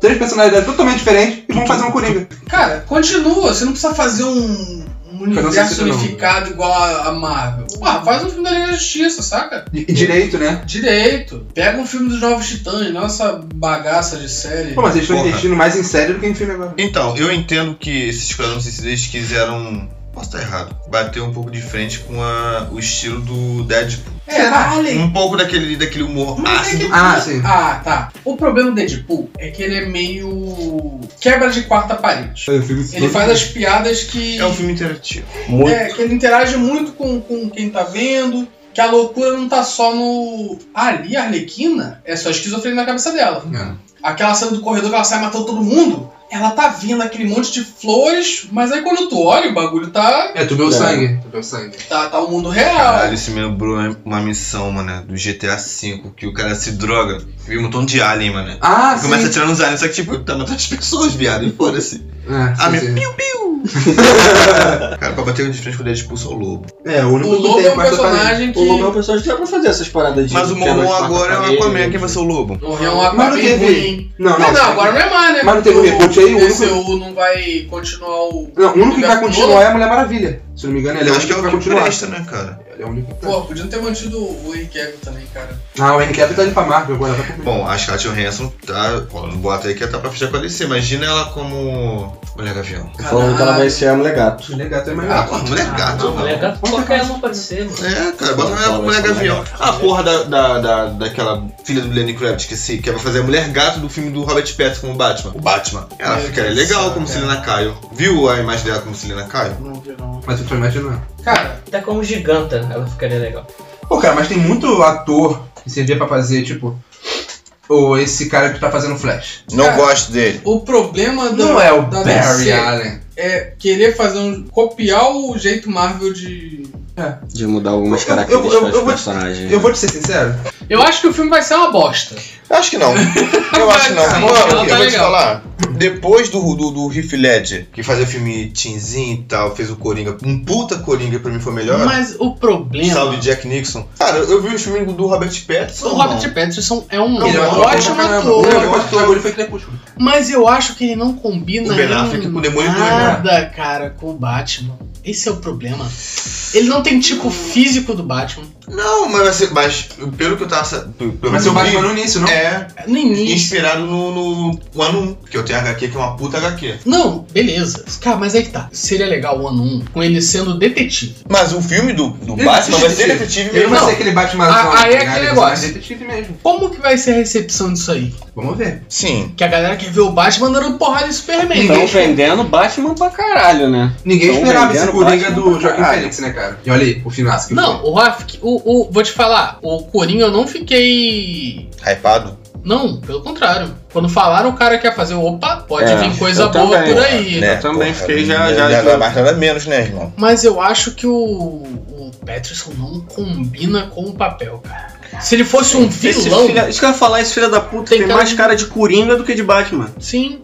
Três personalidades totalmente diferentes e vão fazer um Coringa.
Cara, continua, você não precisa fazer um. um universo
Suicida não.
unificado igual a a Marvel. Ah, faz um filme da Liga da Justiça, saca?
E e direito, né?
Direito. Pega um filme dos Novos Titãs, nossa bagaça de série.
Pô, mas eles estão
Porra.
investindo mais em série do que em filme agora.
Então, eu entendo que esses Esquadrão Suicida eles quiseram. Posso estar errado. Bater um pouco de frente com a- o estilo do Deadpool.
É, Harley.
Um pouco daquele, daquele humor
Mas é
ácido.
que...
Ah, sim.
Ah, tá. O problema do Deadpool é que ele é meio. quebra de quarta parede. Ele faz as piadas que.
É um filme interativo.
Muito.
É, que ele interage muito com, com quem tá vendo. Que a loucura não tá só no. Ah, ali, a Arlequina é só esquizofrenia na cabeça dela.
É.
Aquela cena do corredor que ela sai matando todo mundo. ela tá vindo aquele monte de flores, mas aí quando tu olha, o bagulho tá.
É, tu vê o sangue. Tu vê o sangue.
tá, tá o mundo real.
Caralho, isso me lembrou é uma missão, mano, do GTA V, que o cara se droga, viu um montão de alien, mano.
Ah,
E
sim.
começa atirando os aliens, só que tipo, ele tá matando as pessoas, viado, e foda-se.
É,
Ah,
sim,
meu
sim.
Cara, pra bater de frente quando ele expulsa o lobo.
É, o
O
único
lobo é um personagem que.
O Lobo é um personagem que dá pra fazer essas paradas de.
Mas o
de quebra de
Mormon agora é o
quarta
Aquaman,
parede. né?
quem vai ser o lobo?
O Rion
é um- Mas não
Aquaman
teve-
um ruim.
Não,
Não,
não.
não, agora não é mais, né?
Mas não teve
Porque
reboot aí,
O
o único-
DCU não vai continuar o.
Não, o único que vai continuar é a Mulher Maravilha. Se eu não me engano, ele é o único que vai continuar.
presta, né, cara?
Ele é o único. que-
Pô, podia ter mantido o Henry Cavill também, cara.
Ah, o Henry Cavill tá indo pra Marvel agora. Vai pra...
Bom, a Scarlett Johansson tá rolando um boato aí que ela tá pra fechar com a DC. Imagina ela como... Mulher Gavião.
Falando que ela vai ser a mulher gato.
Mulher Gato é mais
Ah, porra, Mulher Gato,
Não,
mano.
mulher gato qualquer uma pode ser, mano.
É, cara, bota
Fala,
a mulher
fala,
gavião. A porra da, da, da, daquela filha do Lenny Kravitz que se que vai fazer a mulher gato do filme do Robert Pattinson como Batman. O Batman. Ela
Meu Deus
ficaria
do
legal
céu, é.
como
cara.
Selena Caio. Viu a imagem dela como Selena Caio?
Não vi, não.
Mas eu tô imaginando.
Cara,
Até Tá como giganta ela ficaria legal.
Pô, cara, mas tem muito ator que servia pra fazer, tipo. Ou esse cara que tá fazendo Flash.
Não
Cara,
gosto dele.
o problema do,
Não é o
da
Barry
DC
Allen.
é querer fazer um. copiar o jeito Marvel de.
De mudar algumas
Eu- eu-
características
eu- eu
dos
vou-
personagens. né?
Eu vou te ser sincero.
Eu acho que o filme vai ser uma bosta.
Acho que não. Eu acho que não.
Cara,
Mano,
ela
eu
tá
vou te
legal.
falar. Depois do, do, do Heath Ledger, que fazia filme Tinzinho e tal, fez o Coringa. Um puta Coringa pra mim foi melhor.
Mas o problema. é
Salve Jack Nixon. Cara, eu vi o filme do Robert Pattinson.
O
mano.
Robert Pattinson é um
Ele é um ator
ótimo
pra caramba.
ator.
O único ator que pegou ele foi Crepúsculo.
Mas eu acho que ele não combina
O Ben
em
Affleck com o Demolidor,
nada, cara, com o Batman. Esse é o problema. Ele não tem tipo físico do Batman.
Não, mas, vai ser- mas pelo que eu tava. sa- Pelo pelo
Mas
que
seu
eu vi,
Batman no início, não?
É,
No início.
inspirado no, no One 1, que eu tenho HQ que é uma puta HQ.
Não, beleza. Cara, mas aí que tá. Seria legal o Anum com ele sendo detetive.
Mas o filme do, do
Ele
Batman vai ser
detetive.
detetive
Ele
mesmo.
não vai
Não.
ser aquele Batman.
Ah, aí é
zona, tá ligado?
aquele
Ele vai
negócio.
ser detetive mesmo.
Como que vai ser a recepção disso aí?
Vamos ver.
Sim.
Que a galera quer ver o Batman dando porrada em Superman.
Estão vendendo Batman pra caralho, né?
Ninguém
Tão
esperava esse
vendendo
Coringa
Batman
do
pra
Joaquim
caralho.
Fênix, né, cara? E olha aí, o finaço. que
Não, o Rafik, o, o, vou te falar, o Coringa eu não fiquei.
Hypado.
Não, pelo contrário. Quando falaram, o cara quer fazer, opa, pode
É,
vir coisa
eu
boa
também,
por aí.
né? também fiquei já- já-
Nada
já-
é mais nada menos, né, irmão?
Mas eu acho que o, o Patterson não combina com o papel, cara. Se ele fosse um
Esse
vilão,
filha- isso que eu ia falar, esse filho da puta
Tem um
tem,
cara
mais
de-
cara de Coringa do que de Batman.
sim,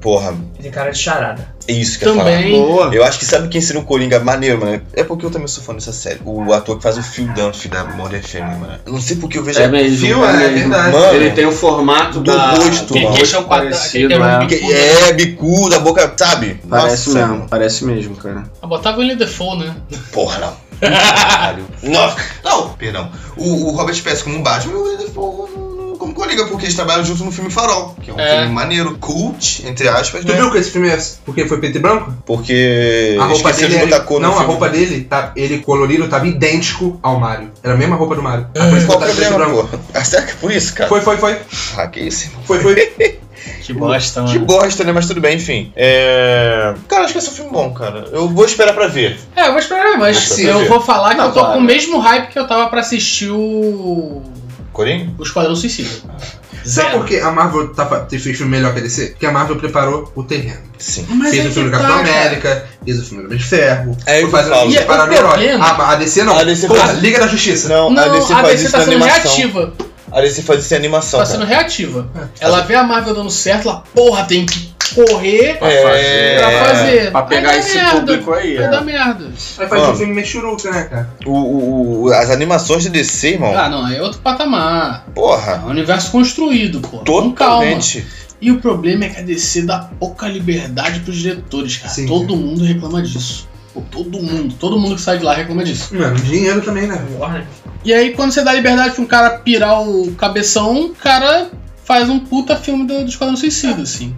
Porra,
Ele cara de charada.
é isso que eu ia falar.
também.
Boa.
Eu acho que sabe quem seria um Coringa maneiro, mano? É porque eu também sou fã dessa série. O ator que faz o Phil Dunphy da Modern Family, mano. Eu não sei porque eu vejo...
É mesmo.
Fio,
é
é
mesmo.
verdade.
Mano,
Ele tem o formato
Do
da...
rosto,
do
mano.
rosto parecido, é.
Que- É, bicuda, boca, sabe?
Parece
Nossa,
mesmo, parece mesmo, cara.
Ah, botava ele default, né?
Porra, não. Caralho. Nossa. Não, perdão. O, o Robert Pattinson como Batman e o Willem Dafoe no- como Coringa, porque eles trabalham junto no filme Farol, que é um
É.
filme maneiro, cult, entre aspas,
Tu
né?
viu que esse filme é porque foi preto e branco?
Porque
A roupa
esqueceram
dele
de
era-
botar cor no
Não, a
filme.
roupa dele, tá, ele colorido, tava idêntico ao Mario. Era a mesma roupa do Mario. Aí por isso
Ah, Qual o
botaram preto e
problema,
branco.
pô? Ah, Será que é por isso, cara?
Foi, foi, foi.
Ah, que isso, irmão.
Foi, foi.
Que bosta,
Tipo,
Ah.
Que bosta, né? Mas tudo bem, enfim. É... Cara, acho que esse é um filme bom, cara. Eu vou esperar pra ver.
É, eu vou esperar, mas
Mas
se
pra
eu
ver.
vou falar que
é Não,
eu tô
claro.
com o mesmo hype que eu tava pra assistir o.
Coringa?
O Esquadrão Suicida.
Sabe por que a Marvel tá, fa- fez filme melhor que a DC? Porque a Marvel preparou o terreno.
Sim.
Mas
fez
é
o filme
que
do Capitão
tá, cara.
América, fez o filme do Homem de Ferro.
É, eu
foi fazendo
falo.
filme
E é
para
o
o herói.
problema-
A, a DC não.
A DC
Porra,
faz-
Liga da Justiça.
Não,
Não,
a DC faz isso
tá
na
sendo
animação. Então É,
reativa.
A DC faz isso em animação,
Tá
cara.
sendo reativa.
tá
Ela vê a Marvel dando certo, ela, porra, tem que correr
Pra fazer.
pra
É,
fazer.
Pra
Aí
pegar
dá
esse
merda.
público aí,
Vai
é.
dar merda.
Aí faz
Mano.
um filme mexuruca, né, cara?
O, o- o- as animações de DC, irmão,
Ah, não, aí é outro patamar. É
porra,
um universo construído, pô. Com calma.
totalmente.
E o problema é que a DC dá pouca liberdade pros diretores, cara.
Sim.
Todo mundo reclama disso. Pô, todo mundo, todo mundo que sai de lá reclama disso.
Mano, dinheiro também, né?
Warner.
E aí, quando você dá liberdade pra um cara pirar o cabeção, o cara faz um puta filme do, do Esquadrão Suicida, assim.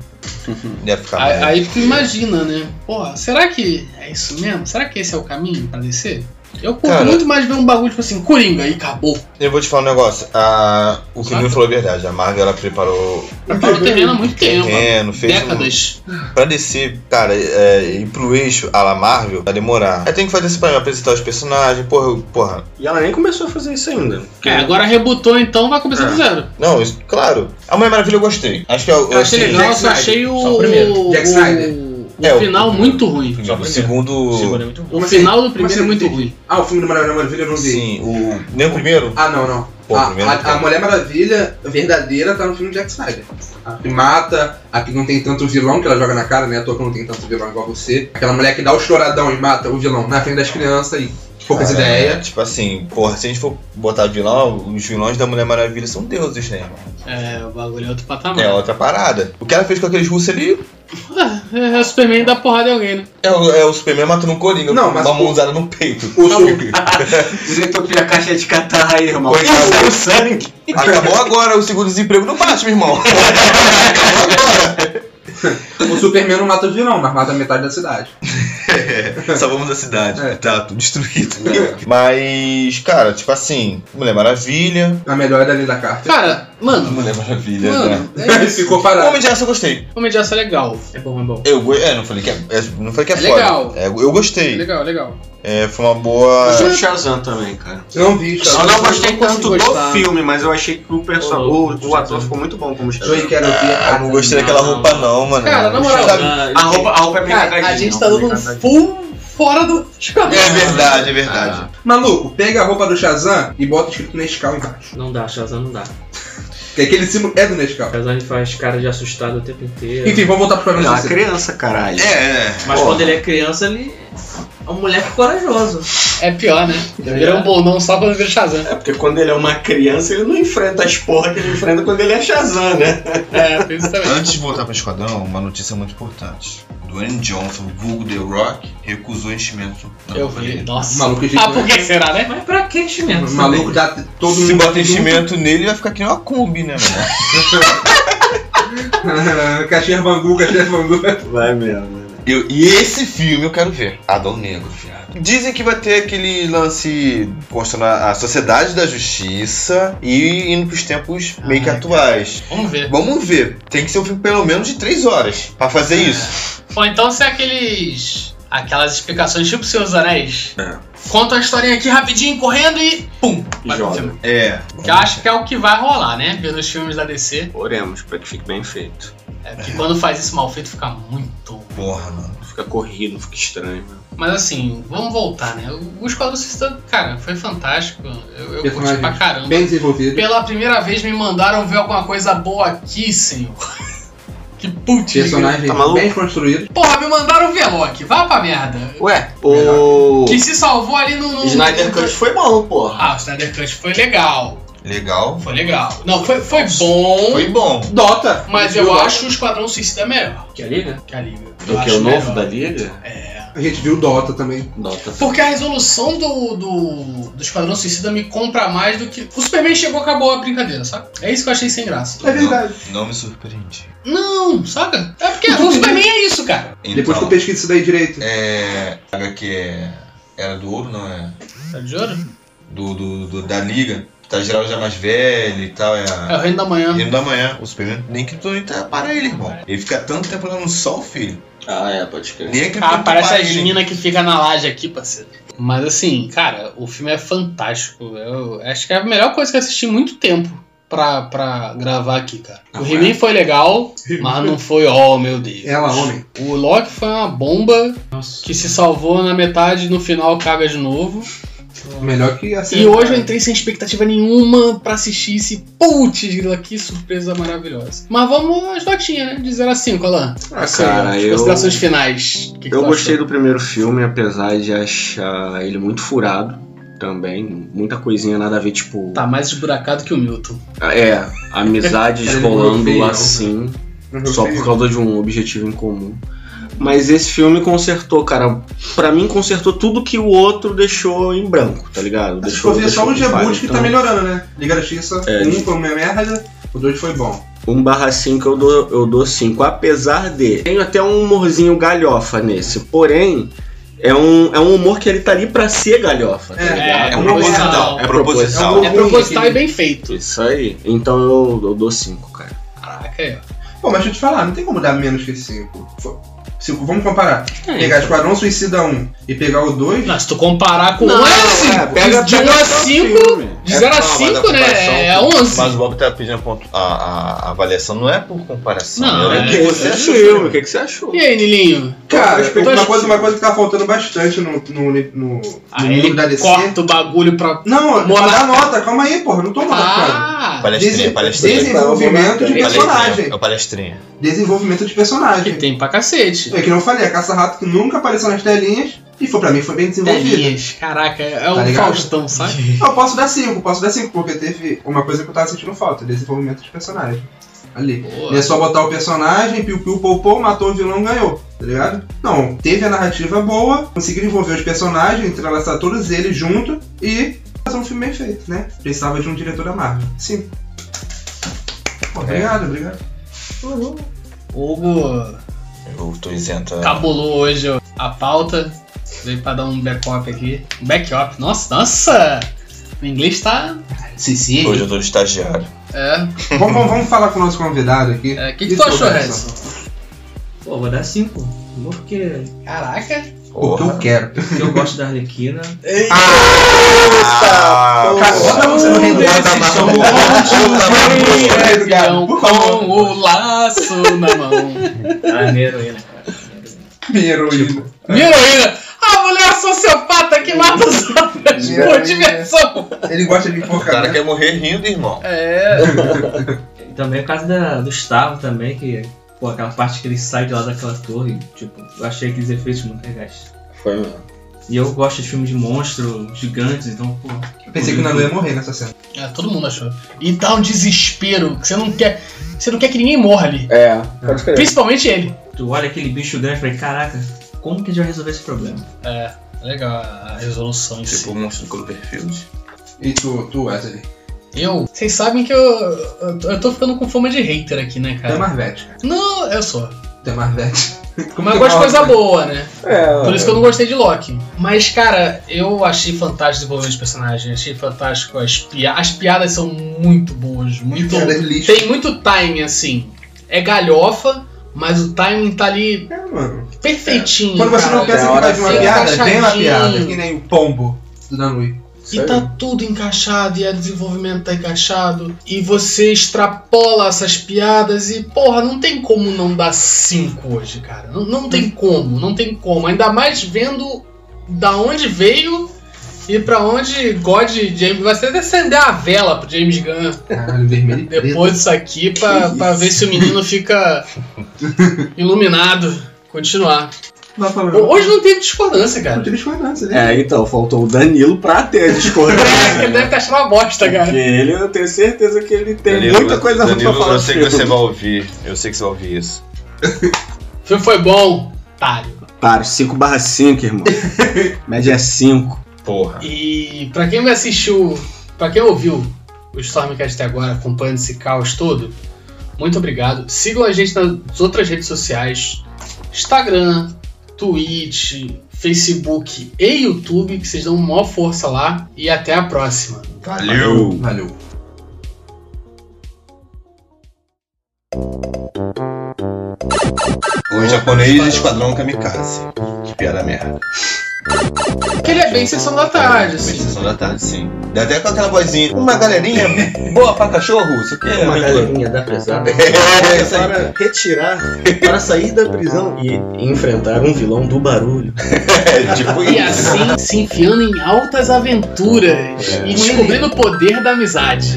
Deve ficar
Aí-
maneiro.
aí tu imagina, né? Porra, será que é isso mesmo? Será que esse é o caminho pra descer? Eu curto
Cara-
muito mais ver um bagulho tipo assim, Coringa, e acabou.
Eu vou te falar um negócio. A... O que o Nil
Sabe?
falou a verdade. A Marvel ela preparou
Preparou o terreno há muito
É
tempo.
terreno, fez um-
Décadas.
Pra descer, cara, é, ir pro eixo a la Marvel, vai demorar. Aí tem que fazer esse pra apresentar os personagens, porra, eu- porra.
E ela nem começou a fazer isso ainda. Porque
É, agora rebutou, então vai começar do zero.
Não, isso, claro. A Mulher Maravilha eu gostei. Acho que é o.
Eu achei
assim,
legal.
Não, eu
Jack
só
Snyder.
achei o.
Só o primeiro.
o-
Jack Snyder.
O
É, o-
final muito ruim.
O primeiro. O segundo.
O segundo é muito bom.
O
Como assim?
final do
Como
primeiro é
assim?
muito ruim.
Ah, o filme do Maravilha Maravilha eu não vi.
Sim, o. Nem o primeiro?
Ah, não, não.
Pô,
a,
primeiro
a-
tem.
a Mulher Maravilha verdadeira tá no filme de Jack Snyder. A que mata, a que não tem tanto vilão que ela joga na cara, né? A toa que não tem tanto vilão igual você. Aquela mulher que dá o choradão e mata o vilão na frente das crianças e poucas
Cara,
ideias.
Tipo assim, porra, se a gente for botar vilão, os vilões da Mulher Maravilha são deuses, né, mano?
É, o bagulho é outro
É
patamar.
outra parada. O que ela fez com aqueles russos ali
É, é, o Superman dá porrada em alguém, né?
é o, é o Superman matando um Coringa.
Não,
com
mas
Uma
o-
mãozada no peito. Tá
O su-
Desentupir a caixa de catarra aí, irmão.
Coitado.
Ih, saiu sangue.
Acabou agora o segundo desemprego no Batman, irmão.
o Superman não mata o vilão, mas mata metade da cidade.
Salvamos a cidade.
É.
Tá tudo destruído. Mas, cara, tipo assim, Mulher Maravilha.
A melhor é da Linda Carter.
Cara, mano,
Mulher Maravilha, né?
mano, é
Ele ficou parado.
Homem de Aço eu gostei.
Homem de Aço é legal. É bom, é bom.
Eu go- é, não falei que é, é, não falei que é,
É
foda.
legal.
É, eu
É
gostei.
legal, é legal.
É, foi uma boa.
eu achei o Shazam também, cara.
Não vi, tá?
Eu
cara.
não gostei
não consigo
tanto do
gostar.
filme, mas eu achei que o personagem, o, o ator ficou muito bom como
Eu
Shazam.
quero ver.
Ah, não gostei daquela
Não,
roupa, não, mano.
Cara, na moral,
Sabe-
A roupa, a roupa é meio
Cara, a
cagadinha,
gente
a
tá
roupa é
dando
meio
um
cagadinha.
full fora do cabelo.
É verdade, é verdade.
Ah,
Maluco, pega a roupa do Shazam e bota escrito Nescau embaixo.
Não dá, Shazam não dá.
Que aquele símbolo é do Nescau.
Shazam ele faz cara de assustado o tempo inteiro.
Enfim, vamos voltar pro
Não,
problema
a criança, caralho.
É, é.
Mas
Porra.
quando ele é criança, ele é um moleque corajoso.
É pior, né? Vira um bonão só quando vira Shazam.
É porque quando ele é uma criança, ele não enfrenta as porra que ele enfrenta quando ele é Shazam, né?
É, tem isso também.
Antes de voltar para Esquadrão, uma notícia muito importante. Dwayne Johnson, vulgo The Rock, recusou enchimento. na
Eu
companhia.
vi, nossa.
Maluco de
Ah, por que será, né?
Mas pra que enchimento?
O maluco tá dá todo
Se
mundo.
bota enchimento nele, vai ficar que nem uma Kombi, né, mano?
Caxias Bangu, Caxias Bangu.
Vai mesmo. né?
Eu- e esse filme eu quero ver. Adão Negro, viado. Dizem que vai ter aquele lance mostrando a a Sociedade da Justiça e indo pros tempos meio que
Ai,
atuais.
Vamos ver.
Vamos ver. Tem que ser um filme pelo menos de três horas pra fazer
É.
isso.
Ou então se é aqueles. Aquelas explicações tipo Senhor dos Anéis. Conta uma historinha aqui rapidinho, correndo e. Pum! Vai pro
Joga.
filme.
É.
Que eu acho que é o que vai rolar, né? Pelos filmes da DC.
Oremos pra que fique bem feito.
É que quando faz isso mal feito fica muito
Porra, mano.
Não Fica corrido, não fica estranho. né?
Mas assim, vamos voltar, né? O Esquadrão Suicida, cara, foi fantástico. Eu, eu curti
Personagem.
pra caramba.
Bem desenvolvido.
Pela primeira vez me mandaram ver alguma coisa boa aqui, senhor. que putz.
Personagem
Tá maluco?
bem construído.
Porra, me mandaram ver Loki. Vá pra merda.
Ué, o.
Que se salvou ali no. no-
Snyder Cut foi bom, porra.
Ah, o Snyder Cut foi legal.
Legal.
Foi legal. Não, foi, foi bom.
Foi bom.
Dota!
Mas eu acho o Esquadrão Suicida melhor
Que ali, né?
que a Liga. Eu
Do que
acho
o novo
melhor.
da Liga?
É.
A gente viu Dota também.
Nota.
Porque a resolução do, do, do Esquadrão Suicida me compra mais do que. O Superman chegou, acabou a brincadeira, sabe? É isso que eu achei sem graça.
É verdade.
Não me surpreendi.
Não, saca? É porque o Superman é isso, cara.
Então.
Depois
Então,
que eu pesquiso isso daí direito.
É. HQ é. Era do ouro, não é?
Tá de ouro?
Do, do, do- da Liga. Tá geral já mais velho e tal. É
É o
a.
Reino da Manhã.
Reino da manhã, o Superman nem criptonita para ele, irmão. Ele fica tanto tempo lá no sol, filho.
Ah, é, pode crer.
Nem a
Ah,
criptonita
parece
para
as
ele.
meninas que fica na laje aqui, parceiro. Mas assim, cara, o filme é fantástico. Eu acho que é a melhor coisa que eu assisti em muito tempo pra, pra gravar aqui, cara. O He-Man foi legal, mas não foi, oh meu Deus.
Ela, homem.
O Loki foi uma bomba que se salvou na metade, no final caga de novo.
Melhor que assim.
E hoje eu entrei sem expectativa nenhuma pra assistir esse putz, grila, que surpresa maravilhosa. Mas vamos às notinhas, né? De 0 a 5, Alan.
Ah,
Assim,
cara,
as
eu.
Considerações finais. O que que
Eu
tu
gostei
achou?
do primeiro filme, apesar de achar ele muito furado também. Muita coisinha nada a ver, tipo.
Tá mais esburacado que o Milton.
É, amizades
Ele não
rolando
veio,
assim.
Não
só
sei.
por causa de um objetivo em comum. Mas esse filme consertou, cara. Pra mim, consertou tudo que o outro deixou em branco, tá ligado?
Se for ver só o
deixou com falha,
reboot que
então,
tá melhorando, né? Liga da Justiça,
É,
um
de-
foi uma merda, o dois foi bom.
1 Então, barra 5 eu dou, eu dou 5. Apesar de. Tenho até um humorzinho galhofa nesse. Porém, É um, é um humor que ele tá ali pra ser galhofa. tá
É,
ligado?
é
um
É proposital. É proposital.
É
Tá Ruim,
proposital e
aquele-
bem feito.
Isso aí. Então eu, eu dou 5, cara.
Caraca, é. aí, ó.
Pô, mas deixa eu te falar, não tem como dar menos que 5. 5, vamos comparar.
É,
Pegar Esquadrão Suicida 1 e pegar o 2.
Não, se tu comparar com
Não,
um, é
é,
cinco.
pega-
de
pega
1 a
só o
5,
filme.
É
É,
de 0 a 5, né? É 11.
Mas o Bob tá pedindo a, pontu- a- a avaliação, não é por comparação.
Não, é
né?
O É, que você achou? O que você achou?
E aí, Nilinho?
Cara,
Eu tô
uma
achando-
coisa, uma coisa que tá faltando bastante no, no, no, no
Aí
mundo da
Ah, ele
DC.
corta o bagulho pra.
Não,
Monarca.
pra dar nota, calma aí, porra, não tô marcando.
Ah!
É Palestrinha, palestrinha.
Desenvolvimento de
É palestrinha.
personagem.
É o palestrinha.
Desenvolvimento de
Que
personagem.
tem pra cacete.
É que não falei, a caça-rato que nunca apareceu nas telinhas e foi pra mim foi bem desenvolvida.
Telinhas. Caraca, é um
Tá ligado?
Faustão, sabe?
Eu posso dar 5, posso dar 5, porque teve uma coisa que eu tava sentindo falta, desenvolvimento de personagem. Ali.
Boa.
Não é só botar o personagem, piu piu pou pou, matou o vilão, ganhou, tá ligado? Não, teve a narrativa boa, conseguiram envolver os personagens, entrelaçar todos eles junto e fazer um filme bem feito, né? Precisava de um diretor da Marvel. Sim. Pô, Obrigado, obrigado.
Hugo
Eu tô é, isento. a-
cabulou hoje a pauta. Veio pra dar um back-up aqui. Um back-up. Nossa, nossa! O inglês tá. Sissi.
Hoje eu tô de estagiário.
É.
vamos, vamos, vamos falar com o nosso convidado aqui.
é. O que,
E
que tu
tu,
achou,
Harrison?
Harrison?
Pô, vou dar 5. Não porque
Caraca.
O que eu quero.
porque eu gosto da Arlequina. tá
Ah,
Cara,
porra.
bota a música no reino
Tá
do Gato.
um
Bota a música no reino do Gato,
Então,
por
com
favor.
o laço na mão.
A heroína, cara.
Minha heroína.
Minha heroína. A mulher sociopata que mata os outros
Minha
por
heroína.
diversão.
Tipo, Ele gosta de
O
enforcar.
cara
né?
quer morrer rindo, irmão.
É.
E também o caso da, do Stavo também, que. Pô, aquela parte que ele sai de lá daquela torre, tipo, eu achei aqueles efeitos muito legais.
Foi um- mesmo.
E eu gosto de filmes de monstro, gigantes, então, pô.
Eu Pensei que o Nando ia morrer nessa cena.
É, todo mundo achou. E dá um desespero que você não quer. Você não quer que ninguém morra ali.
É, pode crer.
Principalmente ele.
Tu olha aquele bicho grande e fala, caraca, como que a gente vai resolver esse problema?
É, legal a resolução em
Tipo o monstro do Cloverfield.
E tu, tu Wesley?
Eu? Vocês sabem que eu, eu. eu tô ficando com fama de hater aqui, né,
Tu é
cara?
Marvete, cara.
Não, eu sou.
Tu é Marvete.
Como eu gosto de coisa boa, né?
É,
Por isso que eu não gostei de Loki. Mas, cara, eu achei fantástico o desenvolvimento de personagem. Achei fantástico as piadas. As piadas são muito boas, muito.
Cara, é lixo.
Tem muito time, assim. É galhofa, mas o timing tá ali
É, mano.
perfeitinho.
Quando você não
cara.
tem
pensa que vai
hora
vir uma
certa.
piada, vem uma
Encaixadinho.
piada. Que nem o pombo do Danui.
E tá tudo encaixado, e o desenvolvimento tá encaixado, e você extrapola essas piadas, e porra, não tem como não dar 5 hoje, cara. Não, não tem como, não tem como. Ainda mais vendo da onde veio e pra onde God James. Vai ser acender a vela pro James Gunn
Caralho, vermelho e preto.
depois disso aqui pra, pra ver se o menino fica iluminado. Continuar.
Vai pra
Ho- Hoje não teve discordância,
Não
cara.
tive discordância, né?
É, então, faltou o Danilo pra ter a
É, que
discordância.
deve estar achando uma bosta, cara.
Porque ele, eu tenho certeza que ele tem
Danilo,
muita coisa ruim pra
Danilo,
falar
Eu sei que
sobre.
você vai ouvir. Eu sei que você vai ouvir isso.
O filme foi bom, otário.
Para, 5 barra 5, irmão. Média é 5.
Porra.
E pra quem me assistiu, pra quem ouviu o Stormcast até agora, acompanhando esse caos todo, muito obrigado. Sigam a gente nas outras redes sociais: Instagram, Twitch, Facebook e YouTube, que vocês dão maior força lá. E até a próxima.
Valeu.
Valeu.
O japonês de Esquadrão Kamikaze. Que piada merda.
Porque ele é bem sessão da tarde,
Bem,
assim.
Sessão da tarde, sim. Dá até com aquela vozinha. Uma galerinha boa pra cachorro. Isso aqui é
Uma
aventura.
galerinha da pesada.
É, isso aí.
Para retirar, para sair da prisão e enfrentar um vilão do barulho.
É, tipo
E
isso.
assim se enfiando em altas aventuras e descobrindo o poder da amizade.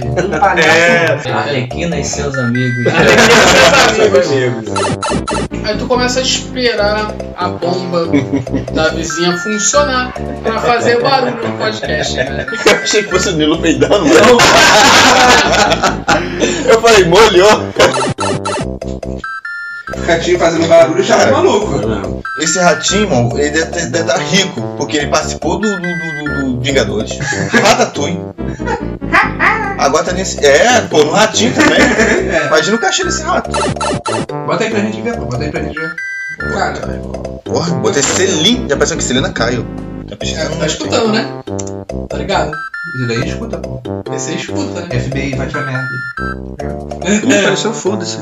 É.
É,
A Arlequina e seus amigos.
Aí tu começa a esperar a bomba da vizinha funcionar pra fazer barulho no podcast, né?
Eu achei que fosse o Nilo peidando, mas Eu falei, molhou.
Catinho fazendo barulho já é maluco.
Esse ratinho, mano, ele deve, deve estar rico, porque ele participou do, do, do, do- do Vingadores. Ratatouille. Agora tá nesse. É, pô,
É.
no ratinho também. Imagina o cachê desse rato.
Bota aí pra gente ver, pô. Bota aí pra gente ver. Cara,
Porra, botei Celina. Já pensou que Celina Caio. Já pensei-
É, tá escutando, né? Tá ligado?
isso daí escuta, pô.
Esse aí escuta, né?
FBI vai pra merda.
É, Pareceu foda-se.